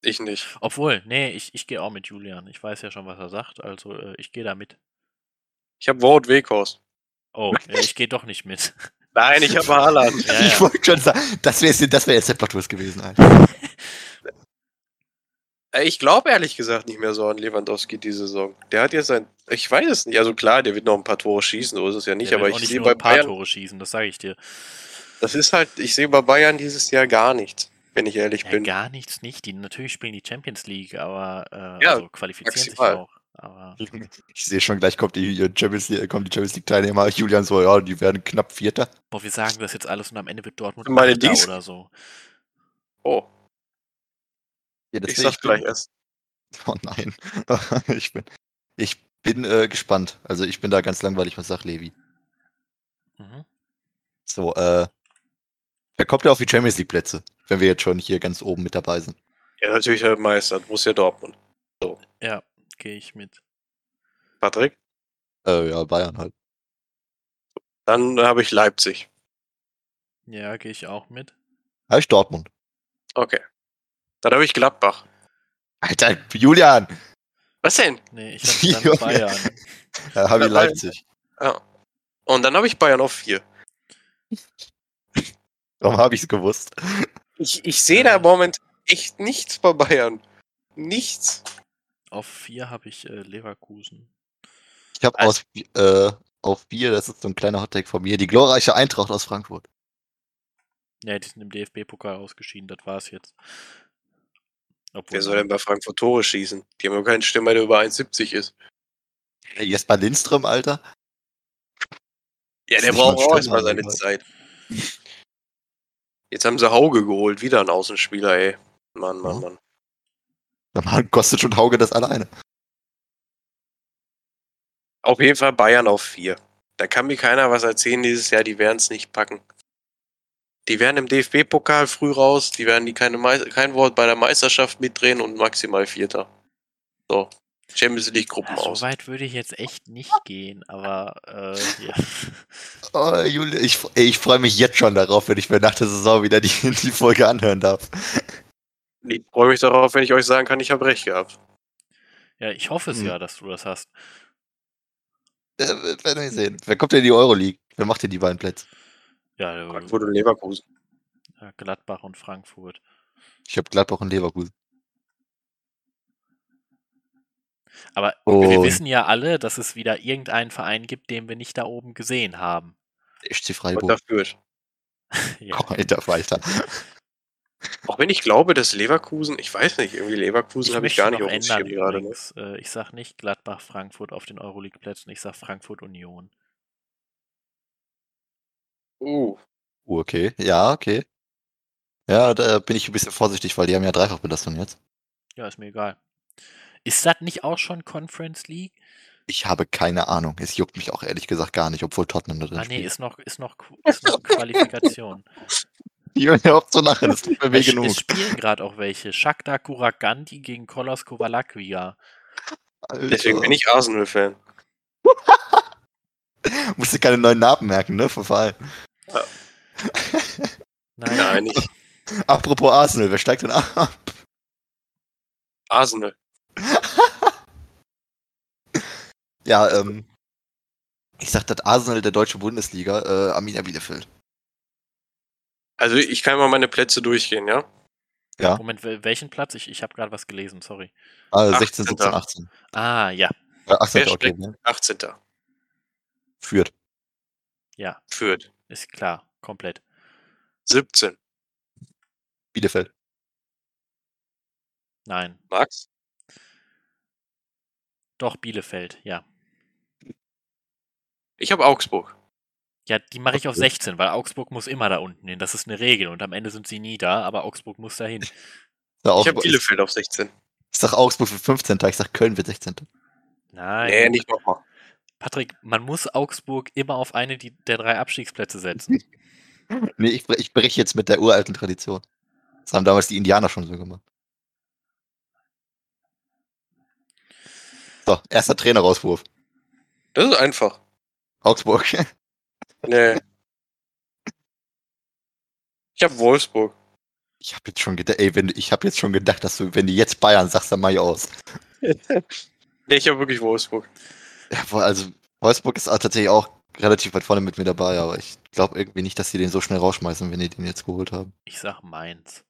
Speaker 7: Ich nicht.
Speaker 6: Obwohl, nee, ich, ich gehe auch mit Julian. Ich weiß ja schon, was er sagt, also äh, ich gehe da mit.
Speaker 7: Ich habe Wout Weghorst.
Speaker 6: Oh, äh, ich gehe doch nicht mit.
Speaker 7: Nein, ich habe Haaland.
Speaker 6: Ja,
Speaker 5: ich
Speaker 6: ja.
Speaker 5: wollte schon sagen, das wäre das wär jetzt der Plot Twist gewesen, Alter.
Speaker 7: Äh, Ich glaube ehrlich gesagt nicht mehr so an Lewandowski diese Saison. Der hat jetzt sein. Ich weiß es nicht. Also klar, der wird noch ein paar Tore schießen, so ist es ja nicht.
Speaker 6: Der
Speaker 7: aber
Speaker 6: wird
Speaker 7: ich
Speaker 6: auch nicht
Speaker 7: sehe
Speaker 6: nur
Speaker 7: bei
Speaker 6: ein paar
Speaker 7: Bayern.
Speaker 6: Tore schießen, das sage ich dir.
Speaker 7: Das ist halt. Ich sehe bei Bayern dieses Jahr gar nichts, wenn ich ehrlich
Speaker 6: Ja,
Speaker 7: bin.
Speaker 6: gar nichts nicht. Die natürlich spielen die Champions League, aber äh,
Speaker 7: Ja,
Speaker 6: also qualifizieren
Speaker 7: maximal.
Speaker 6: sich auch. Aber
Speaker 5: Ich sehe schon, gleich kommt die Champions League, äh, kommen die Champions League-Teilnehmer. Julian so, ja, die werden knapp Vierter.
Speaker 6: boah, wir sagen das jetzt alles und am Ende wird Dortmund
Speaker 7: Meine
Speaker 6: Achter
Speaker 7: Dings-
Speaker 6: oder so.
Speaker 7: Oh,
Speaker 5: Ja,
Speaker 7: ich
Speaker 5: deswegen-
Speaker 7: sag gleich erst.
Speaker 5: Oh nein. ich bin, ich bin äh, gespannt. Also ich bin da ganz langweilig, was sagt Levi.
Speaker 6: Mhm.
Speaker 5: So, äh, wer kommt ja auf die Champions League Plätze, wenn wir jetzt schon hier ganz oben mit dabei sind?
Speaker 7: Ja, natürlich der Meister. Muss ja Dortmund.
Speaker 6: Ja, gehe ich mit.
Speaker 7: Patrick?
Speaker 5: Äh, ja, Bayern halt.
Speaker 7: Dann habe ich Leipzig.
Speaker 6: Ja, gehe ich auch mit.
Speaker 5: Habe ich Dortmund.
Speaker 7: Okay. Dann habe ich Gladbach.
Speaker 5: Alter, Julian!
Speaker 7: Was denn?
Speaker 6: Nee, ich habe
Speaker 5: Junge.
Speaker 6: dann
Speaker 5: Äh,
Speaker 6: Bayern.
Speaker 5: habe ich
Speaker 7: Dabei.
Speaker 5: Leipzig.
Speaker 7: Ja. Und dann habe ich Bayern auf vier.
Speaker 5: Warum habe ich es gewusst?
Speaker 7: Ich, ich sehe da im Moment echt nichts bei Bayern. Nichts.
Speaker 6: Auf vier habe ich äh, Leverkusen.
Speaker 5: Ich habe aus äh, auf Bier, das ist so ein kleiner Hottag von mir, die glorreiche Eintracht aus Frankfurt.
Speaker 6: Ja, die sind im DFB-Pokal ausgeschieden, das war's jetzt. Obwohl, ähm,
Speaker 7: Wer soll denn bei Frankfurt Tore schießen? Die haben ja keinen Stürmer, der über 1,70 ist.
Speaker 5: Ey, Jesper Lindström, Alter.
Speaker 7: Ja,
Speaker 5: Ist
Speaker 7: der
Speaker 5: nicht mal ein
Speaker 7: braucht auch
Speaker 5: Stürmer,
Speaker 7: erstmal seine
Speaker 5: Alter.
Speaker 7: Zeit. Jetzt haben sie Hauge geholt. Wieder ein Außenspieler, ey. Mann, Mann,
Speaker 5: Ja.
Speaker 7: Mann.
Speaker 5: Normal kostet schon Hauge das alleine.
Speaker 7: Auf jeden Fall Bayern auf vier. Da kann mir keiner was erzählen dieses Jahr. Die werden es nicht packen. Die werden im DFB-Pokal früh raus. Die werden die keine Mei- kein Wort bei der Meisterschaft mitdrehen und maximal Vierter. So. Champions League Gruppen
Speaker 6: ja,
Speaker 5: Also
Speaker 7: aus.
Speaker 6: so weit würde ich jetzt echt nicht gehen, aber äh, ja.
Speaker 5: Oh, Juli, ich, f- ey, ich freue mich jetzt schon darauf, wenn ich mir nach der Saison wieder die, die Folge anhören darf.
Speaker 7: Ich freue mich darauf, wenn ich euch sagen kann, ich habe recht gehabt.
Speaker 6: ja, ich hoffe es
Speaker 5: Hm.
Speaker 6: ja, dass du das hast.
Speaker 5: Äh, werden wir sehen. Wer kommt denn in die Euroleague? Wer macht denn die beiden Plätze?
Speaker 6: Ja, äh,
Speaker 7: Frankfurt und Leverkusen.
Speaker 6: ja, Gladbach und Frankfurt.
Speaker 5: Ich habe Gladbach und Leverkusen.
Speaker 6: Aber wir
Speaker 5: Und
Speaker 6: wissen ja alle, dass es wieder irgendeinen Verein gibt, den wir nicht da oben gesehen haben.
Speaker 5: FC
Speaker 7: Und
Speaker 5: Freiburg.
Speaker 7: dafür.
Speaker 6: Ja.
Speaker 5: Komm, Alter, weiter.
Speaker 7: Auch wenn ich glaube, dass Leverkusen, ich weiß nicht, irgendwie Leverkusen
Speaker 6: Ich
Speaker 7: habe ich
Speaker 6: möchte
Speaker 7: gar nicht
Speaker 6: noch
Speaker 7: auf dem
Speaker 6: ändern
Speaker 7: Schirm gerade. Ne?
Speaker 6: übrigens. Äh, Ich sag nicht Gladbach Frankfurt auf den Euroleague-Plätzen, ich sag Frankfurt Union.
Speaker 7: Uh,
Speaker 5: Oh, okay. Ja, okay. Ja, da bin ich ein bisschen vorsichtig, weil die haben ja Dreifachbelastung jetzt.
Speaker 6: Ja, ist mir egal. Ist das nicht auch schon Conference League?
Speaker 5: Ich habe keine Ahnung. Es juckt mich auch ehrlich gesagt gar nicht, obwohl Tottenham da drin
Speaker 6: Ah nee,
Speaker 5: spielt.
Speaker 6: ist noch, ist noch, Qu- ist noch Qualifikation.
Speaker 5: Ich höre ja auf zu lachen, das tut mir weh
Speaker 6: Es,
Speaker 5: genug.
Speaker 6: es spielen gerade auch welche. Shakhtar Kuraganti gegen Kolos Kovalakvia.
Speaker 5: Alter.
Speaker 7: deswegen bin ich Arsenal-Fan.
Speaker 5: Musst dir keine neuen Namen merken, ne? Vom Verein.
Speaker 6: Nein,
Speaker 7: Nein, nicht
Speaker 5: Apropos Arsenal, wer steigt denn ab?
Speaker 7: Arsenal.
Speaker 5: Ja, ähm. Ich sag das Arsenal der deutschen Bundesliga, äh, Arminia Bielefeld.
Speaker 7: Also ich kann mal meine Plätze durchgehen, ja?
Speaker 6: Moment, wel- welchen Platz? Ich, ich habe gerade was gelesen, sorry.
Speaker 5: Ah, 16, 17, 18.
Speaker 7: 18..
Speaker 6: Ah, ja.
Speaker 5: Äh, 18.
Speaker 7: Wer
Speaker 5: Okay,
Speaker 7: steckt-
Speaker 5: ne?
Speaker 7: 18.
Speaker 5: Führt.
Speaker 7: Fürth.
Speaker 6: Ist klar, komplett.
Speaker 7: 17.
Speaker 5: Bielefeld.
Speaker 6: Nein.
Speaker 7: Max?
Speaker 6: Doch, Bielefeld, ja.
Speaker 7: Ich habe Augsburg.
Speaker 6: Ja, die mache ich auf
Speaker 5: Okay.
Speaker 6: 16, weil Augsburg muss immer da unten hin. Das ist eine Regel und am Ende sind sie nie da, aber Augsburg muss da hin.
Speaker 5: Ja,
Speaker 7: Ich habe
Speaker 5: Augsburg-
Speaker 7: Bielefeld auf 16.
Speaker 5: Ich sag Augsburg wird 15. Ich sag Köln wird 16.
Speaker 6: Nein.
Speaker 7: Nee, nicht nochmal.
Speaker 6: Patrick, man muss Augsburg immer auf eine die, der drei Abstiegsplätze setzen.
Speaker 5: Nee, ich, bre- ich breche jetzt mit der uralten Tradition. Das haben damals die Indianer schon so gemacht. So, erster Trainerauswurf.
Speaker 7: Das ist einfach.
Speaker 5: Augsburg.
Speaker 7: Nee. Ich habe Wolfsburg.
Speaker 5: Ich habe jetzt schon gedacht, ey, wenn, du- ich habe jetzt schon gedacht, dass du, wenn du jetzt Bayern sagst, dann mach ich aus.
Speaker 7: Nee, ich habe wirklich Wolfsburg.
Speaker 5: Ja, wo- also Wolfsburg ist auch tatsächlich auch relativ weit vorne mit mir dabei, aber ich glaube irgendwie nicht, dass sie den so schnell rausschmeißen, wenn die den jetzt geholt haben.
Speaker 6: Ich sag Mainz.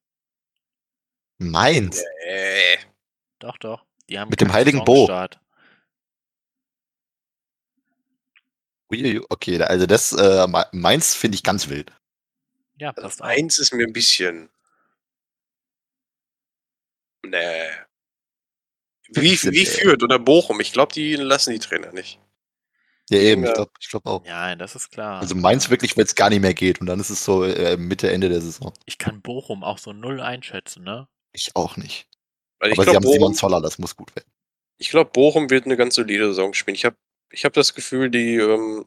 Speaker 5: Mainz.
Speaker 7: Äh,
Speaker 6: Doch, doch. Die haben
Speaker 5: Mit dem
Speaker 6: keinen
Speaker 5: heiligen Bo.
Speaker 6: Saisonstart.
Speaker 5: Uiuiui, Okay, da- also das äh, Ma- Mainz finde ich ganz wild.
Speaker 6: Ja, passt
Speaker 7: also
Speaker 6: ein.
Speaker 7: eins ist mir ein bisschen. Nee. Ne. Wie, wie führt oder Bochum? Ich glaube, die lassen die Trainer nicht.
Speaker 5: Ja eben, ich
Speaker 7: Ja.
Speaker 5: glaube ich glaub auch.
Speaker 6: Nein, das ist klar.
Speaker 5: Also Mainz wirklich, wenn es gar nicht mehr geht und dann ist es so äh, Mitte, Ende der Saison.
Speaker 6: Ich kann Bochum auch so null einschätzen, ne?
Speaker 5: Ich auch nicht.
Speaker 7: Weil ich
Speaker 5: Aber sie
Speaker 7: glaube,
Speaker 5: haben Simon
Speaker 7: Bochum,
Speaker 5: Zoller, das muss gut werden.
Speaker 7: ich glaub, Bochum wird eine ganz solide Saison spielen. Ich habe ich hab das Gefühl, die ähm,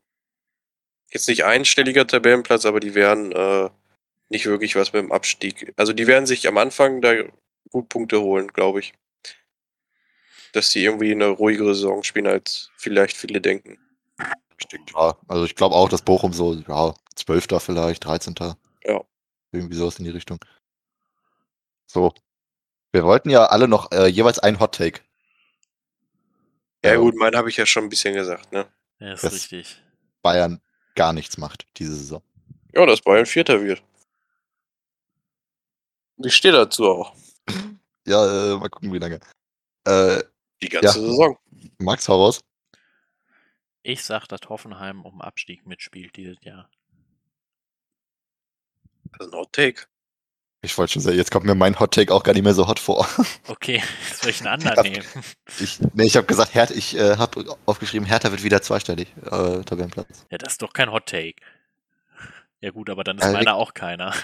Speaker 7: jetzt nicht einstelliger Tabellenplatz, aber die werden äh, nicht wirklich was mit dem Abstieg. Also die werden sich am Anfang da gut Punkte holen, glaube ich. Dass die irgendwie eine ruhigere Saison spielen, als vielleicht viele denken.
Speaker 5: Ja, also ich glaube auch, dass Bochum so, ja, 12. vielleicht, 13.
Speaker 7: Ja.
Speaker 5: Irgendwie sowas in die Richtung. So. Wir wollten ja alle noch äh, jeweils einen Hot Take.
Speaker 7: Ja
Speaker 5: Ja.
Speaker 7: gut, meinen habe ich ja schon ein bisschen gesagt, ne?
Speaker 6: Ja, ist
Speaker 5: Das-
Speaker 6: richtig.
Speaker 5: Bayern gar nichts macht diese Saison.
Speaker 7: Ja, dass Bayern Vierter wird. Ich stehe dazu auch.
Speaker 5: Ja, äh, mal gucken, wie lange. Äh,
Speaker 7: Die ganze
Speaker 5: Ja.
Speaker 7: Saison.
Speaker 5: Max, hau raus.
Speaker 6: Ich sag, dass Hoffenheim um Abstieg mitspielt dieses Jahr.
Speaker 7: Das ist ein Hot Take.
Speaker 5: Ich wollte schon sagen, jetzt kommt mir mein Hot Take auch gar nicht mehr so hot vor.
Speaker 6: Okay, jetzt soll ich einen anderen nehmen.
Speaker 5: Ich, nee, ich habe gesagt, Hertha, ich äh, habe aufgeschrieben, Hertha wird wieder zweistellig, äh, Tabellenplatz.
Speaker 6: Ja, das ist doch kein Hot Take. Ja gut, aber dann ist
Speaker 5: Also-
Speaker 6: meiner auch keiner.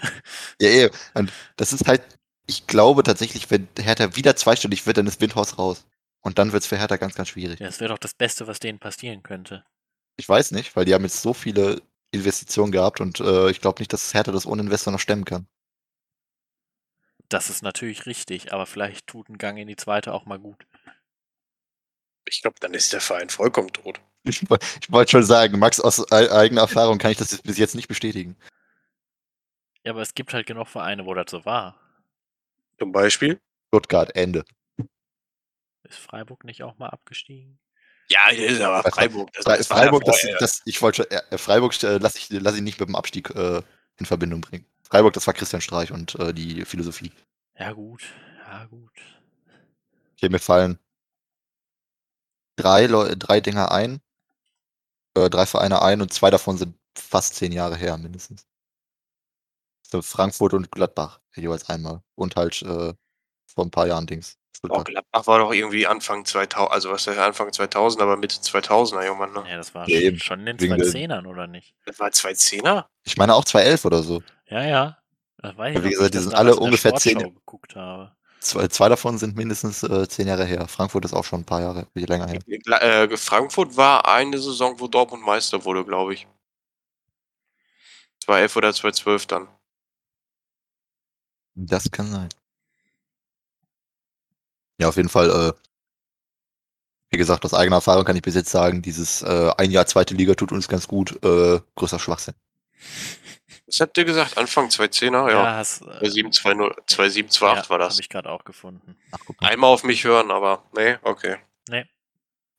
Speaker 5: Ja, eben. Und das ist halt, ich glaube tatsächlich, wenn Hertha wieder zweistellig wird, dann ist Windhorst raus. Und dann wird's für Hertha ganz, ganz schwierig.
Speaker 6: Ja, das wäre doch das Beste, was denen passieren könnte.
Speaker 5: Ich weiß nicht, weil die haben jetzt so viele Investitionen gehabt und äh, ich glaube nicht, dass Hertha das ohne Investor noch stemmen kann.
Speaker 6: Das ist natürlich richtig, aber vielleicht tut ein Gang in die zweite auch mal gut.
Speaker 7: Ich glaube, dann ist der Verein vollkommen tot.
Speaker 5: Ich, woll- ich wollte schon sagen, Max, aus ei- eigener Erfahrung kann ich das bis jetzt nicht bestätigen.
Speaker 6: Ja, aber es gibt halt genug Vereine, wo das so war.
Speaker 7: Zum Beispiel?
Speaker 5: Stuttgart, Ende.
Speaker 6: Ist Freiburg nicht auch mal abgestiegen?
Speaker 7: Ja, das ist aber
Speaker 5: Bei Fre-
Speaker 7: Freiburg. Das,
Speaker 5: Fre
Speaker 7: das war
Speaker 5: Freiburg,
Speaker 7: davor,
Speaker 5: das,
Speaker 7: ey.
Speaker 5: das, ich wollte, schon- äh, Freiburg äh, lasse ich, lass ich nicht mit dem Abstieg äh, in Verbindung bringen. Freiburg, das war Christian Streich und äh, die Philosophie.
Speaker 6: Ja gut, ja gut.
Speaker 5: Hier mir fallen drei, Leu drei Dinger ein, äh, drei Vereine ein und zwei davon sind fast zehn Jahre her mindestens. So Frankfurt und Gladbach jeweils einmal und halt äh, vor ein paar Jahren Dings.
Speaker 7: Oh,
Speaker 5: Stuttgart.
Speaker 7: Gladbach war doch irgendwie Anfang 2000, also was heißt Anfang 2000, aber Mitte 2000er irgendwann, ne?
Speaker 6: Ja, das war
Speaker 5: Ja, eben.
Speaker 6: schon, schon in den
Speaker 5: Wegen der-
Speaker 6: 2010ern, oder nicht?
Speaker 7: Das war 2010er?
Speaker 5: Ich meine auch 2011 oder so.
Speaker 6: Ja, ja. Das weiß ich
Speaker 5: Ja, wie
Speaker 6: noch,
Speaker 5: gesagt,
Speaker 6: ich
Speaker 5: die
Speaker 6: das
Speaker 5: sind
Speaker 6: damals
Speaker 5: alle
Speaker 6: in der
Speaker 5: ungefähr zehn-
Speaker 6: Sportschau geguckt habe.
Speaker 5: Zwei, zwei davon sind mindestens äh, zehn Jahre her. Frankfurt ist auch schon ein paar Jahre länger her.
Speaker 7: Gla- Äh, Frankfurt war eine Saison, wo Dortmund Meister wurde, glaube ich. 2011 oder 2012 dann.
Speaker 5: Das kann sein. Ja, auf jeden Fall. Äh, Wie gesagt, aus eigener Erfahrung kann ich bis jetzt sagen, dieses äh, ein Jahr zweite Liga tut uns ganz gut, äh, größer Schwachsinn.
Speaker 7: Was habt ihr gesagt? Anfang 210er? Ja.
Speaker 6: hast, äh,
Speaker 7: 2720, 2728 war das.
Speaker 6: Habe ich gerade auch gefunden.
Speaker 5: Ach, guck mal.
Speaker 7: Einmal auf mich hören, aber nee, okay.
Speaker 6: Nee.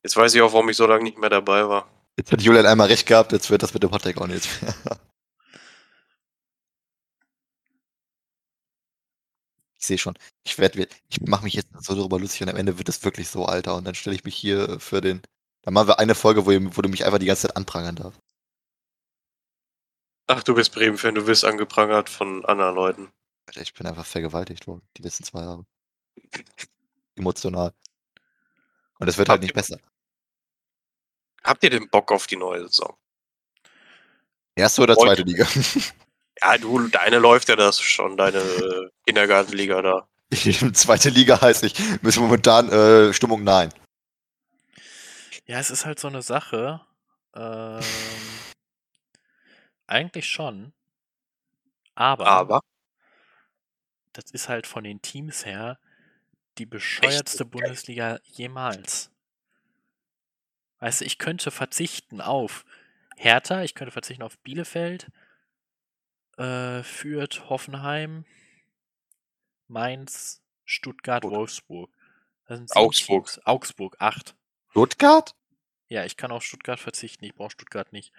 Speaker 7: Jetzt weiß ich auch, warum ich so lange nicht mehr dabei war.
Speaker 5: Jetzt hat Julian einmal recht gehabt, jetzt wird das mit dem Hottag auch nicht. ich sehe schon. Ich werde, ich mache mich jetzt so darüber lustig und am Ende wird es wirklich so, Alter. Und dann stelle ich mich hier äh, für den. Dann machen wir eine Folge, wo, ihr, wo du mich einfach die ganze Zeit anprangern darfst.
Speaker 7: Ach, du bist Bremen-Fan, du wirst angeprangert von anderen Leuten.
Speaker 5: Alter, Ich bin einfach vergewaltigt worden, die letzten zwei Jahre. Emotional. Und es wird halt nicht besser.
Speaker 7: Habt ihr denn Bock auf die neue Saison?
Speaker 5: Erste oder zweite Liga?
Speaker 7: Ja, du, deine läuft ja das schon, deine äh, Kindergartenliga da.
Speaker 5: zweite Liga heißt ich. Müssen momentan äh, Stimmung nein.
Speaker 6: Ja, es ist halt so eine Sache. Ähm, eigentlich schon. Aber,
Speaker 7: Aber
Speaker 6: das ist halt von den Teams her die bescheuertste
Speaker 7: geil.
Speaker 6: Bundesliga jemals. Weißt du, ich könnte verzichten auf Hertha, ich könnte verzichten auf Bielefeld, äh, Fürth, Hoffenheim, Mainz, Stuttgart,
Speaker 7: Gut.
Speaker 6: Wolfsburg. Das sind sieben
Speaker 7: Augsburg.
Speaker 6: Teams. Augsburg, acht.
Speaker 5: Stuttgart?
Speaker 6: Ja, ich kann auf Stuttgart verzichten, ich brauche Stuttgart nicht.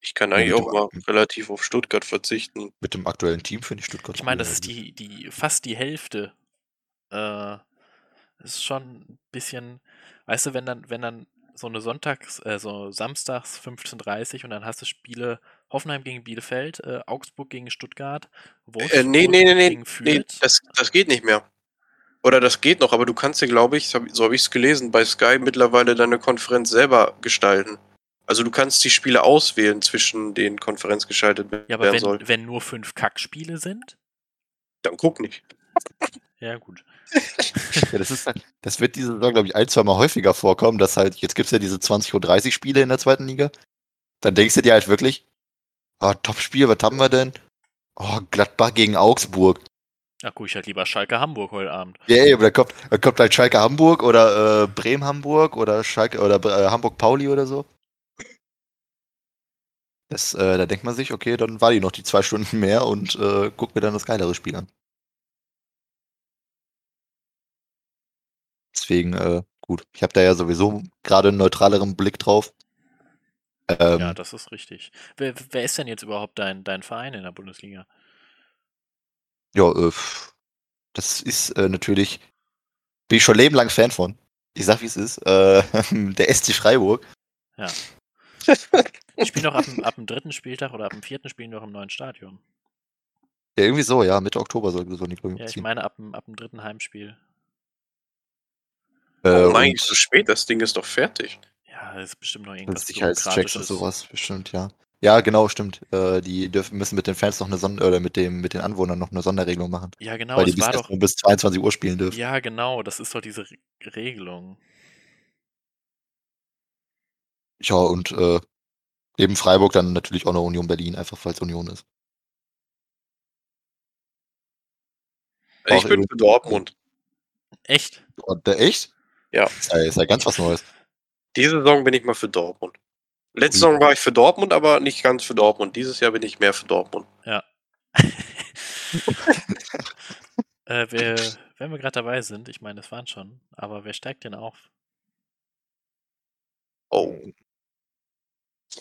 Speaker 7: ich kann
Speaker 5: Ja,
Speaker 7: eigentlich
Speaker 5: gut,
Speaker 7: auch mal
Speaker 5: aber-
Speaker 7: relativ auf Stuttgart verzichten.
Speaker 5: Mit dem aktuellen Team finde ich Stuttgart.
Speaker 6: Ich meine, das
Speaker 5: cool.
Speaker 6: ist die, die, fast die Hälfte. Äh, ist schon ein bisschen, weißt du, wenn dann, wenn dann so eine Sonntags, äh, so samstags 15.30 Uhr und dann hast du Spiele Hoffenheim gegen Bielefeld, äh, Augsburg gegen Stuttgart,
Speaker 7: Äh, nee,
Speaker 6: Wolfsburg
Speaker 7: nee, nee, nee,
Speaker 6: gegen
Speaker 7: nee
Speaker 6: Fürth.
Speaker 7: das, das geht nicht mehr. Oder das geht noch, aber du kannst dir, glaube ich, so habe so hab ich es gelesen, bei Sky mittlerweile deine Konferenz selber gestalten. Also du kannst die Spiele auswählen, zwischen denen Konferenz geschaltet werden
Speaker 6: ja, aber
Speaker 7: soll.
Speaker 6: wenn, wenn nur fünf Kackspiele sind,
Speaker 7: Dann guck nicht.
Speaker 6: ja gut.
Speaker 5: Ja, das, ist halt, das wird diese Saison, glaube ich, ein, zwei Mal häufiger vorkommen, dass halt, jetzt gibt es ja diese 20 und 30 Spiele in der zweiten Liga. Dann denkst du dir halt wirklich, ah, Top-Spiel, was haben wir denn? Oh, Gladbach gegen Augsburg.
Speaker 6: Da gucke ich halt lieber Schalke Hamburg heute Abend.
Speaker 5: Ja, yeah, da kommt, da kommt halt Schalke Hamburg oder äh, Bremen Hamburg oder Schalke oder äh, Hamburg Pauli oder so. Das, äh, da denkt man sich, okay, dann war die noch die zwei Stunden mehr und äh, guck mir dann das geilere Spiel an. Deswegen, äh, gut, ich habe da ja sowieso gerade einen neutraleren Blick drauf. Ähm,
Speaker 6: Ja, das ist richtig. Wer, wer ist denn jetzt überhaupt dein, dein Verein in der Bundesliga?
Speaker 5: Ja, äh, pff, das ist äh, natürlich, bin ich schon Leben lang Fan von. Ich sag, wie es ist. Äh, der SC Freiburg.
Speaker 6: Ich spiele noch ab dem, ab dem dritten Spieltag oder ab dem vierten Spiel noch im neuen Stadion.
Speaker 5: Ja, irgendwie so, ja, Mitte Oktober soll so die Gründung
Speaker 6: Ja, ich
Speaker 5: ziehen.
Speaker 6: meine ab dem, ab dem dritten Heimspiel.
Speaker 5: äh,
Speaker 7: oh mein,
Speaker 5: und
Speaker 7: ist so spät, das Ding ist doch fertig.
Speaker 6: Ja, das ist bestimmt noch
Speaker 5: mit
Speaker 6: irgendwas
Speaker 5: Sicherheitschecks halt und
Speaker 6: Bürokratisches.
Speaker 5: sowas, bestimmt, ja. Ja, genau, stimmt. Äh, die dürfen, müssen mit den Fans noch eine Sonder oder mit dem, mit den Anwohnern noch eine Sonderregelung machen.
Speaker 6: Ja, genau,
Speaker 5: weil die
Speaker 6: es
Speaker 5: bis,
Speaker 6: war
Speaker 5: erst
Speaker 6: doch.
Speaker 5: nur bis 22 Uhr spielen dürfen.
Speaker 6: Ja, genau, das ist doch diese Re- Regelung.
Speaker 5: Ja, und äh, neben Freiburg dann natürlich auch noch Union Berlin, einfach falls Union ist.
Speaker 7: Also ich
Speaker 5: Auch
Speaker 7: bin
Speaker 5: irgendwie-
Speaker 7: für Dortmund.
Speaker 6: Echt?
Speaker 5: Und, äh, echt?
Speaker 7: Ja.
Speaker 5: Ist ja, ist ja ganz was Neues.
Speaker 7: Diese Saison bin ich mal für Dortmund. Letzte Saison war ich für Dortmund, aber nicht ganz für Dortmund. Dieses Jahr bin ich mehr für Dortmund.
Speaker 6: äh, wer, wenn wir gerade dabei sind, ich meine, das waren schon, aber wer steigt denn auf?
Speaker 7: Oh.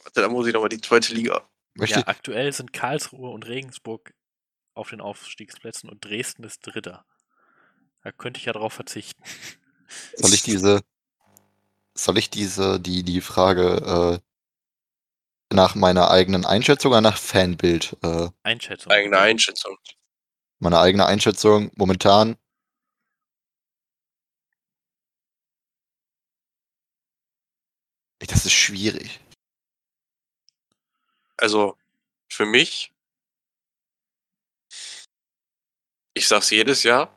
Speaker 7: Warte, da muss ich nochmal die zweite Liga.
Speaker 5: Möchte
Speaker 6: Ja, aktuell sind Karlsruhe und Regensburg auf den Aufstiegsplätzen und Dresden ist Dritter. Da könnte ich ja drauf verzichten.
Speaker 5: Soll ich diese, soll ich diese, die, die Frage äh, nach meiner eigenen Einschätzung oder nach Fanbild? Äh,
Speaker 6: Einschätzung.
Speaker 7: Eigene Einschätzung.
Speaker 5: meine eigene Einschätzung momentan. Ey, Das ist schwierig.
Speaker 7: Also für mich, ich sag's jedes Jahr,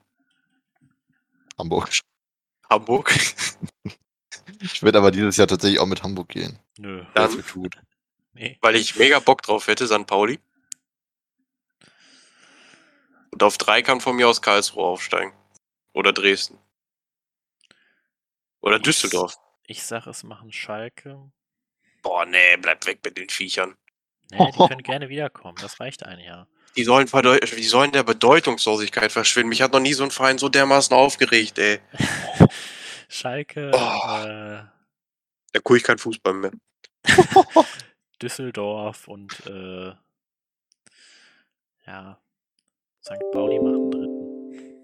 Speaker 5: Hamburg.
Speaker 7: Hamburg.
Speaker 5: Ich würde aber dieses Jahr tatsächlich auch mit Hamburg gehen.
Speaker 6: Nö.
Speaker 7: Dann-
Speaker 5: Dafür tut.
Speaker 6: Nee.
Speaker 7: weil ich mega Bock drauf hätte, St. Pauli. Und auf drei kann von mir aus Karlsruhe aufsteigen. Oder Dresden. Oder
Speaker 6: Yes.
Speaker 7: Düsseldorf.
Speaker 6: Ich sag, es machen Schalke.
Speaker 7: Boah, nee, bleib weg mit den Viechern.
Speaker 6: Nee, Ne, die können gerne wiederkommen. Das reicht ein Jahr.
Speaker 7: Die sollen, verdeu- die sollen der Bedeutungslosigkeit verschwinden. Mich hat noch nie so ein Verein so dermaßen aufgeregt, ey.
Speaker 6: Schalke,
Speaker 7: Oh.
Speaker 6: äh,
Speaker 7: Da gucke ich kein Fußball mehr.
Speaker 6: Düsseldorf und äh, ja, St. Pauli macht einen dritten.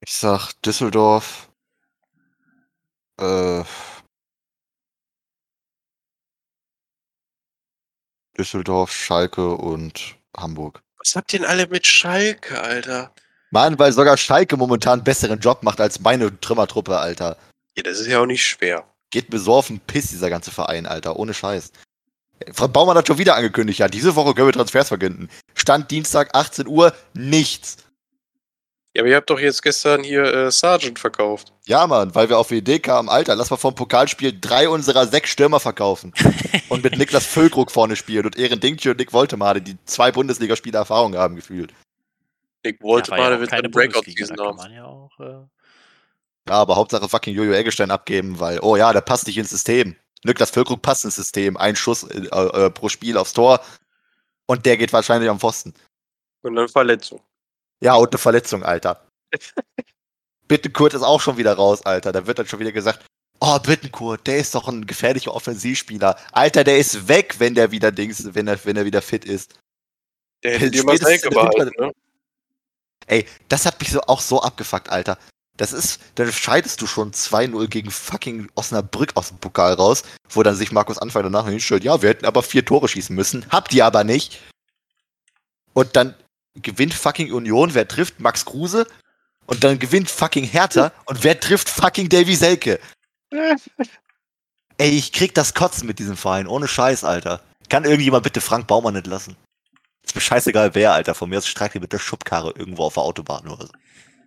Speaker 5: Ich sag Düsseldorf. Äh, Düsseldorf, Schalke und Hamburg.
Speaker 7: Was habt ihr denn alle mit Schalke, Alter?
Speaker 5: Mann, weil sogar Schalke momentan besseren Job macht als meine Trümmertruppe, Alter.
Speaker 7: Ja, das ist ja auch nicht schwer.
Speaker 5: Geht besorfen, piss dieser ganze Verein, Alter. Ohne Scheiß. Frank Baumann hat schon wieder angekündigt, ja, diese Woche können wir Transfers verkünden. Stand Dienstag, 18 Uhr, nichts.
Speaker 7: Ja, aber ihr habt doch jetzt gestern hier äh, Sergeant verkauft.
Speaker 5: Ja, Mann, weil wir auf die Idee kamen, Alter, lass mal vom Pokalspiel drei unserer sechs Stürmer verkaufen. und mit Niklas Füllkrug vorne spielen und Ehren Dingtje und Nick Woltemade, die zwei Bundesligaspiele Erfahrung haben gefühlt.
Speaker 7: Nick
Speaker 6: Da
Speaker 7: wollte
Speaker 6: war ja
Speaker 7: mal
Speaker 6: auch
Speaker 7: mit
Speaker 6: keine
Speaker 7: eine
Speaker 6: Bundesliga,
Speaker 7: Breakout-Season
Speaker 6: da kann
Speaker 7: haben.
Speaker 6: man ja auch äh,
Speaker 5: Ja, aber Hauptsache fucking Jojo Eggestein abgeben, weil, oh ja, der passt nicht ins System. Niklas Füllkrug passt ins System. Ein Schuss äh, äh, pro Spiel aufs Tor und der geht wahrscheinlich am Pfosten.
Speaker 7: Und dann Verletzung.
Speaker 5: Ja, und eine Verletzung, Alter. Bittenkurt ist auch schon wieder raus, Alter. Da wird dann schon wieder gesagt, oh, Bittenkurt, der ist doch ein gefährlicher Offensivspieler. Alter, der ist weg, wenn der wieder Dings, wenn er, wenn er wieder fit ist.
Speaker 7: Der hätte dir mal
Speaker 5: Spätestens
Speaker 7: Selke
Speaker 5: in der
Speaker 7: behalten, ne?
Speaker 5: Ey, das hat mich so, auch so abgefuckt, Alter. Das ist, dann scheidest du schon 2-0 gegen fucking Osnabrück aus dem Pokal raus, wo dann sich Markus Anfang danach noch hinstellt, ja, wir hätten aber vier Tore schießen müssen, habt ihr aber nicht. Und dann gewinnt fucking Union, wer trifft? Max Kruse. Und dann gewinnt fucking Hertha. Und wer trifft fucking Davy Selke? Ey, ich krieg das Kotzen mit diesem Verein, ohne Scheiß, Alter. Kann irgendjemand bitte Frank Baumann entlassen? Ist mir scheißegal wer, Alter. Von mir aus streikt ihr mit der Schubkarre irgendwo auf der Autobahn oder so.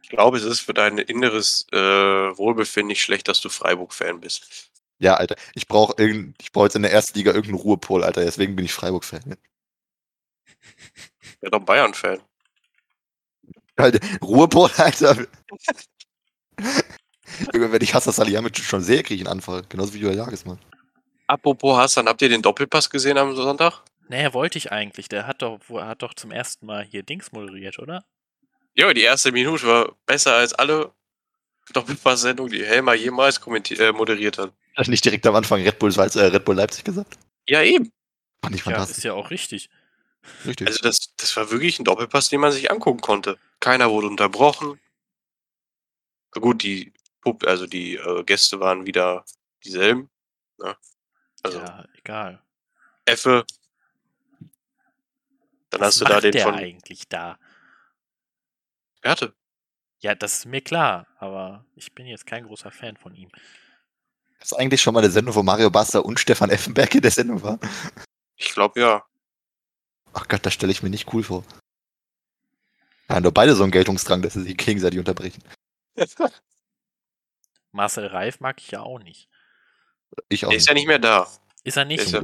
Speaker 7: Ich glaube, es ist für dein inneres äh, Wohlbefinden nicht schlecht, dass du Freiburg-Fan bist.
Speaker 5: Ja, Alter. Ich brauche irgend, ich brauche jetzt in der ersten Liga irgendeinen Ruhepol, Alter. Deswegen bin ich Freiburg-Fan.
Speaker 7: Ja, doch Bayern-Fan.
Speaker 5: Alter, Halt, Ruhepol, Alter. Junge, Wenn ich Hassan Salihamidzic schon sehe, kriege ich einen Anfall. Genauso wie Julian Jagesmann.
Speaker 7: Apropos Hassan, habt ihr den Doppelpass gesehen am Sonntag?
Speaker 6: Nee, ne, wollte ich eigentlich. Der hat doch, wo- hat doch zum ersten Mal hier Dings moderiert, oder?
Speaker 7: Ja, die erste Minute war besser als alle Doppelpass-Sendungen, die Helmer jemals kommenti- äh, moderiert hat.
Speaker 5: Hat nicht direkt am Anfang Red Bull, Salz- äh, Red Bull Leipzig gesagt?
Speaker 7: Ja, eben.
Speaker 5: Fand ich
Speaker 6: Ja, ist
Speaker 5: fantastisch.
Speaker 6: ja auch richtig.
Speaker 5: Richtig.
Speaker 7: Also das, das war wirklich ein Doppelpass, den man sich angucken konnte. Keiner wurde unterbrochen. Na Gut, die Pub, also die äh, Gäste waren wieder dieselben. Ne? Also
Speaker 6: Ja, egal.
Speaker 7: Effe. Dann hast du da
Speaker 6: macht
Speaker 7: den
Speaker 6: der
Speaker 7: von
Speaker 6: eigentlich da?
Speaker 7: Werte.
Speaker 6: Ja, das ist mir klar, aber ich bin jetzt kein großer Fan von ihm.
Speaker 5: Ist eigentlich schon mal eine Sendung, wo Mario Basta und Stefan Effenberg in der Sendung waren?
Speaker 7: Ich glaube ja.
Speaker 5: Ach Gott, das stelle ich mir nicht cool vor. Ja, nur beide so einen Geltungsdrang, dass sie sich gegenseitig unterbrechen.
Speaker 6: Marcel Reif mag ich ja auch nicht.
Speaker 5: Ich auch.
Speaker 7: Der ist ja
Speaker 5: Nicht.
Speaker 7: nicht mehr da.
Speaker 6: Ist er
Speaker 7: Der
Speaker 6: nicht?
Speaker 7: ist ja,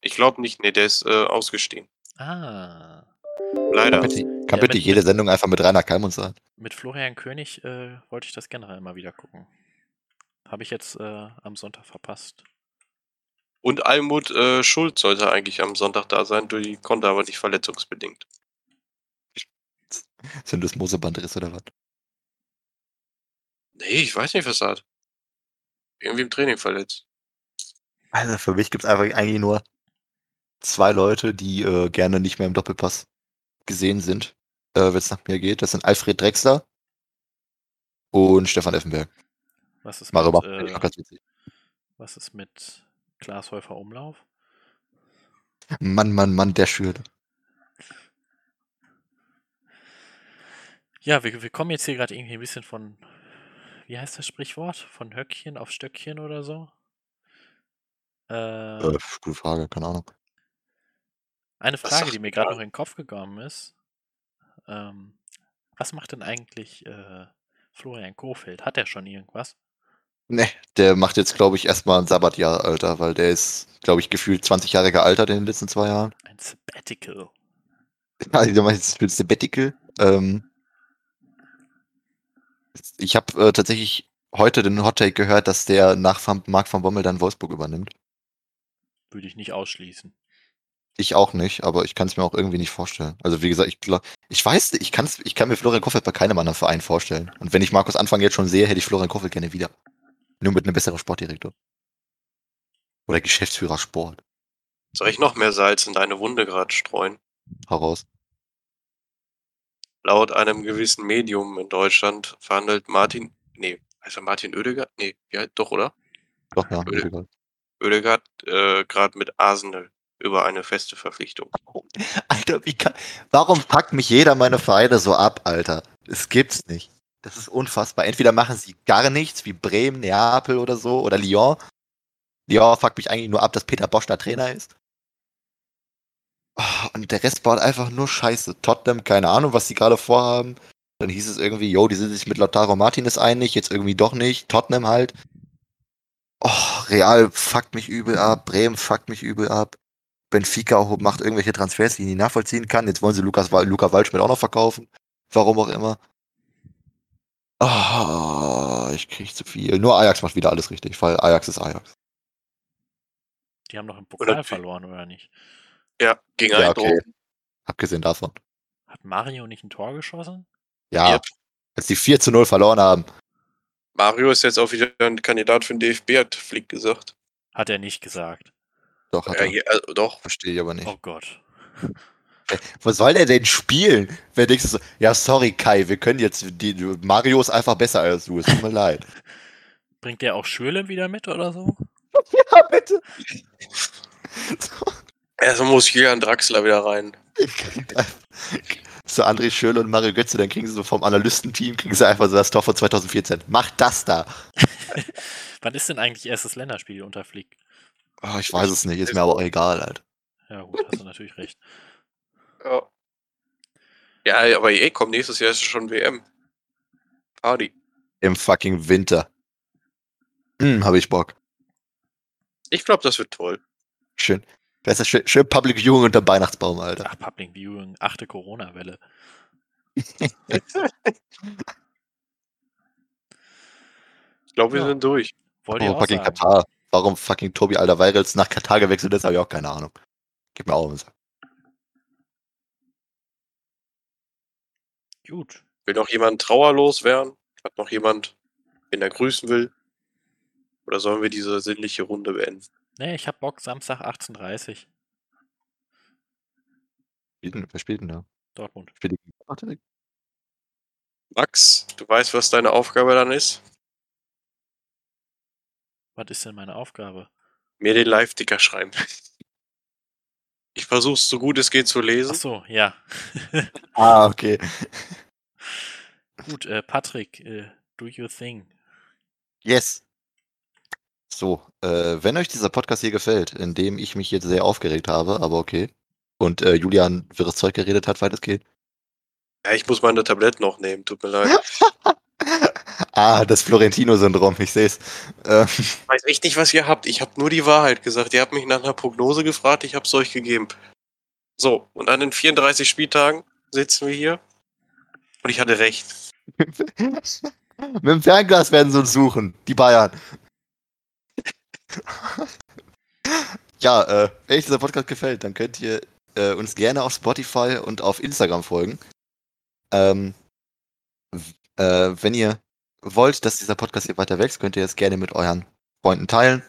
Speaker 7: ich glaube nicht, nee, der ist äh, ausgestiegen.
Speaker 6: Ah.
Speaker 7: Leider.
Speaker 5: Kann bitte, kann
Speaker 6: Ja,
Speaker 5: bitte
Speaker 6: mit-
Speaker 5: jede Sendung einfach mit Rainer Kalmund sein.
Speaker 6: Mit Florian König äh, wollte ich das generell mal wieder gucken. Habe ich jetzt äh, am Sonntag verpasst.
Speaker 7: Und Almut äh, Schulz sollte eigentlich am Sonntag da sein, die konnte aber nicht verletzungsbedingt.
Speaker 5: Sind das Mosebandriss oder was?
Speaker 7: Nee, ich weiß nicht, was er hat. Irgendwie im Training verletzt.
Speaker 5: Also für mich gibt es einfach eigentlich nur zwei Leute, die äh, gerne nicht mehr im Doppelpass gesehen sind, äh, wenn es nach mir geht. Das sind Alfred Drexler und Stefan Effenberg.
Speaker 6: Was ist
Speaker 5: Mario
Speaker 6: mit,
Speaker 5: Basta. finde ich auch
Speaker 6: äh,
Speaker 5: ganz witzig.
Speaker 6: was ist mit Klaas Häufer Umlauf?
Speaker 5: Mann, Mann, Mann, der Schürde.
Speaker 6: Ja, wir, wir kommen jetzt hier gerade irgendwie ein bisschen von, wie heißt das Sprichwort? Von Höckchen auf Stöckchen oder so? Äh,
Speaker 5: Äh, gute Frage, keine Ahnung.
Speaker 6: Eine
Speaker 7: Was
Speaker 6: Frage,
Speaker 7: sagt
Speaker 6: die mir gerade noch in den Kopf gekommen ist. Ähm, was macht denn eigentlich äh, Florian Kofeld? Hat er schon irgendwas?
Speaker 5: Nee, der macht jetzt, glaube ich, erstmal ein Sabbatjahr, Alter, weil der ist, glaube ich, gefühlt 20 Jahre gealtert in den letzten zwei Jahren.
Speaker 6: Ein Sabbatical.
Speaker 5: Also, du meinst für Sabbatical. Ähm, ich habe äh, tatsächlich heute den Hot Take gehört, dass der nach Van, Marc van Bommel dann Wolfsburg übernimmt.
Speaker 6: Würde ich nicht ausschließen.
Speaker 5: Ich auch nicht, aber ich kann es mir auch irgendwie nicht vorstellen. Also wie gesagt, ich glaub, ich weiß, nicht, ich kann's, ich kann mir Florian Kofeld bei keinem anderen Verein vorstellen. Und wenn ich Markus Anfang jetzt schon sehe, hätte ich Florian Kofeld gerne wieder. Nur mit einem besseren Sportdirektor. Oder Geschäftsführer Sport.
Speaker 7: Soll ich noch mehr Salz in deine Wunde gerade streuen?
Speaker 5: Heraus.
Speaker 7: Laut einem gewissen Medium in Deutschland verhandelt Martin, nee, also Martin Oedegaard, nee, ja, doch, oder?
Speaker 5: Doch, ja.
Speaker 7: Öde.
Speaker 5: egal.
Speaker 7: Oedegaard äh, gerade mit Arsenal über eine feste Verpflichtung.
Speaker 5: Alter, wie kann, warum packt mich jeder meine Vereine so ab, Alter? Es gibt's nicht. Das ist unfassbar. Entweder machen sie gar nichts, wie Bremen, Neapel oder so, oder Lyon. Lyon fuckt mich eigentlich nur ab, dass Peter Bosch da Trainer ist. Ah, Und der Rest baut einfach nur Scheiße. Tottenham, keine Ahnung, was die gerade vorhaben. Dann hieß es irgendwie, yo, die sind sich mit Lautaro Martinez einig, jetzt irgendwie doch nicht. Tottenham halt. Oh, Real fuckt mich übel ab. Bremen fuckt mich übel ab. Benfica ho- macht irgendwelche Transfers, die ich nicht nachvollziehen kann. Jetzt wollen sie Lukas, Wa- Luca Waldschmidt auch noch verkaufen. Warum auch immer. Ah, ich krieg zu viel. Nur Ajax macht wieder alles richtig, weil Ajax ist Ajax.
Speaker 6: Die haben noch im Pokal
Speaker 7: natürlich-
Speaker 6: verloren, oder nicht?
Speaker 7: Ja, ging
Speaker 5: Ja,
Speaker 7: ja,
Speaker 5: okay. Abgesehen davon.
Speaker 6: Hat Mario nicht ein Tor geschossen?
Speaker 5: Ja,
Speaker 7: Yep.
Speaker 5: als die 4 zu 0 verloren haben.
Speaker 7: Mario ist jetzt auch wieder ein Kandidat für den DFB, hat Flick gesagt.
Speaker 6: Hat er nicht gesagt.
Speaker 5: Doch, hat
Speaker 7: Ja,
Speaker 5: er.
Speaker 7: ja, also doch.
Speaker 5: Verstehe ich aber nicht.
Speaker 6: Oh Gott.
Speaker 5: Was soll der denn spielen? Wer denkst du so, ja, sorry, Kai, wir können jetzt, die, Mario ist einfach besser als du, es tut mir leid.
Speaker 6: Bringt der auch Schürle wieder mit oder so?
Speaker 5: Ja, bitte.
Speaker 7: Erstmal muss Julian Draxler wieder rein.
Speaker 5: So André Schürrle und Mario Götze, dann kriegen sie so vom Analystenteam, kriegen sie einfach so das Tor von 2014. Macht das da.
Speaker 6: Wann ist denn eigentlich erstes Länderspiel unter Flick?
Speaker 5: Oh, ich weiß es nicht, ist mir aber auch egal, halt.
Speaker 6: Ja gut, hast du natürlich recht.
Speaker 7: Ja. Ja, aber eh, komm, nächstes Jahr ist schon WM. Party.
Speaker 5: Im fucking Winter. Hm, hab ich Bock.
Speaker 7: Ich glaube, das wird toll.
Speaker 5: Schön. Das ist schön, schön Public Viewing unter Weihnachtsbaum, Alter.
Speaker 6: Ach, Public Viewing, achte Corona-Welle.
Speaker 7: Ich glaube, wir
Speaker 6: Ja.
Speaker 7: sind durch.
Speaker 6: Wollt ihr
Speaker 5: Warum
Speaker 6: auch
Speaker 5: fucking
Speaker 6: sagen?
Speaker 5: Katar? Warum fucking Tobi Alderweirels nach Katar gewechselt ist, habe ich auch keine Ahnung. Gib mir auch was.
Speaker 6: Gut.
Speaker 7: Will noch jemand trauerlos werden? Hat noch jemand, den er grüßen will? Oder sollen wir diese sinnliche Runde beenden?
Speaker 6: Nee, ich hab Bock, Samstag 18.30 Uhr.
Speaker 5: Wer spielt denn- wer spielt denn da?
Speaker 6: Dortmund.
Speaker 5: Spielt die ne? gegen Gladbach direkt?
Speaker 7: Max, du weißt, was deine Aufgabe dann ist?
Speaker 6: Was ist denn meine Aufgabe?
Speaker 5: Mhm.
Speaker 7: Mir den Live-Ticker schreiben. Ich versuche es so gut es geht zu
Speaker 6: Ach
Speaker 7: lesen.
Speaker 6: so, ja.
Speaker 5: Ah, okay.
Speaker 6: Gut, äh, Patrick, äh, do your thing.
Speaker 5: Yes. So, äh, wenn euch dieser Podcast hier gefällt, in dem ich mich jetzt sehr aufgeregt habe, aber okay, und äh, Julian wirres Zeug geredet hat, weit es geht.
Speaker 7: Ja, ich muss meine Tabletten noch nehmen, tut mir leid.
Speaker 5: Ah, das Florentino-Syndrom, ich sehe es. Ähm,
Speaker 7: Ich weiß echt nicht, was ihr habt. Ich habe nur die Wahrheit gesagt. Ihr habt mich nach einer Prognose gefragt, ich habe es euch gegeben. So, und an den 34 Spieltagen sitzen wir hier. Und ich hatte recht.
Speaker 5: mit dem Fernglas werden sie uns suchen, die Bayern. ja, äh, wenn euch dieser Podcast gefällt, dann könnt ihr äh, uns gerne auf Spotify und auf Instagram folgen. Ähm, w- äh, wenn ihr wollt, dass dieser Podcast hier weiter wächst, könnt ihr es gerne mit euren Freunden teilen.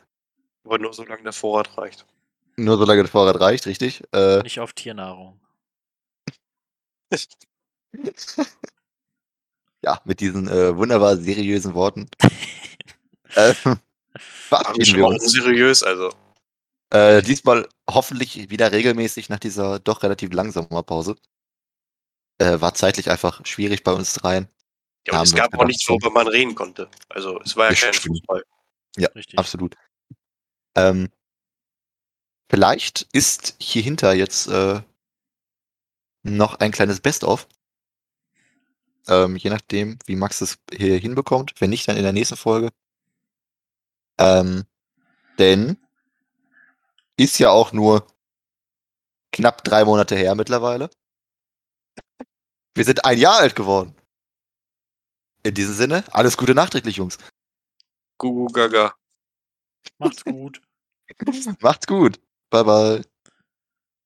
Speaker 7: Aber nur solange der Vorrat reicht.
Speaker 5: Nur solange der Vorrat reicht, richtig. Äh,
Speaker 6: Nicht auf Tiernahrung.
Speaker 5: ja, mit diesen äh, wunderbar seriösen Worten. äh,
Speaker 7: Aber
Speaker 5: verabschieden
Speaker 7: schon
Speaker 5: wir
Speaker 7: mal
Speaker 5: uns.
Speaker 7: unseriös, also.
Speaker 5: Äh, diesmal hoffentlich wieder regelmäßig nach dieser doch relativ langen Sommerpause. Äh, war zeitlich einfach schwierig bei uns dreien.
Speaker 7: Ja, und
Speaker 5: Haben
Speaker 7: es
Speaker 5: wir
Speaker 7: gab auch
Speaker 5: gedacht,
Speaker 7: nichts,
Speaker 5: so.
Speaker 7: worüber man reden konnte. Also, es war ja
Speaker 5: Das
Speaker 7: kein
Speaker 5: stimmt.
Speaker 7: Fußball.
Speaker 6: Richtig.
Speaker 5: Absolut. Ähm, vielleicht ist hier hinter jetzt äh, noch ein kleines Best-of. Ähm, je nachdem, wie Max es hier hinbekommt. Wenn nicht, dann in der nächsten Folge. Ähm, denn ist ja auch nur knapp drei Monate her mittlerweile. Wir sind ein Jahr alt geworden. In diesem Sinne, alles Gute nachträglich, Jungs.
Speaker 7: Gugu Gaga.
Speaker 6: Macht's gut.
Speaker 5: Macht's gut. Bye bye.